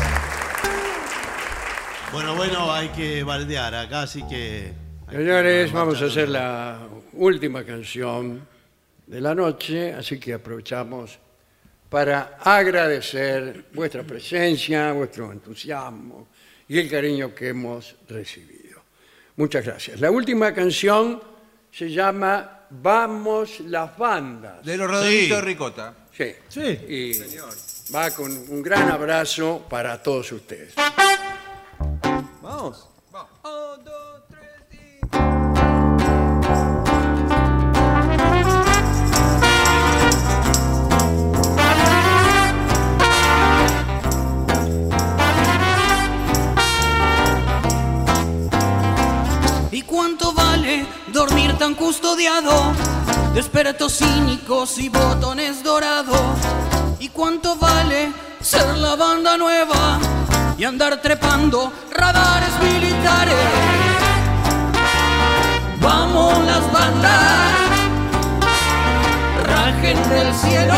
Bueno, bueno, hay que baldear acá, así que.
Señores, vamos a hacer la última canción de la noche, así que aprovechamos para agradecer vuestra presencia, vuestro entusiasmo y el cariño que hemos recibido. Muchas gracias. La última canción se llama Vamos las bandas.
De los Rodrigo Ricota.
Sí. Y va con un gran abrazo para todos ustedes.
Vamos.
¿Y cuánto vale dormir tan custodiado? Despertos cínicos y botones dorados. ¿Y cuánto vale ser la banda nueva y andar trepando radares militares? Vamos las bandas, rajen del cielo.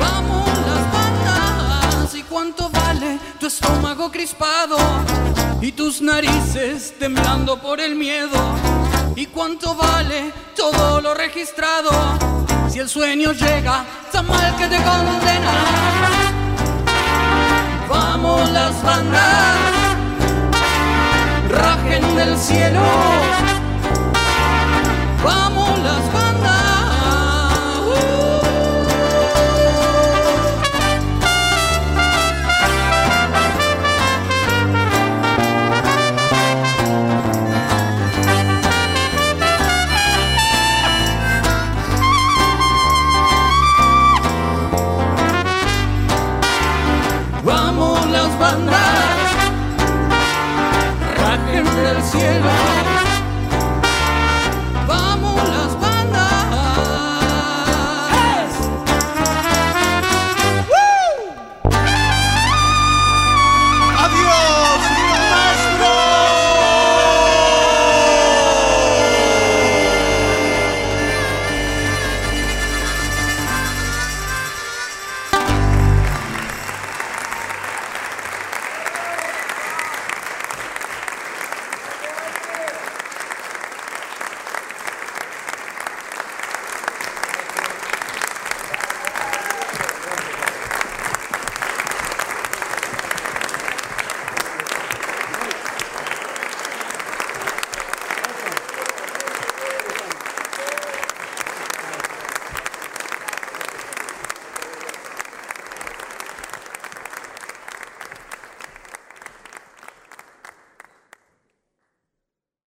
Vamos las bandas, ¿y cuánto vale tu estómago crispado? y tus narices temblando por el miedo. ¿Y cuánto vale todo lo registrado? Si el sueño llega, tan mal que te condena. Vamos las bandas, rajen del cielo. uh.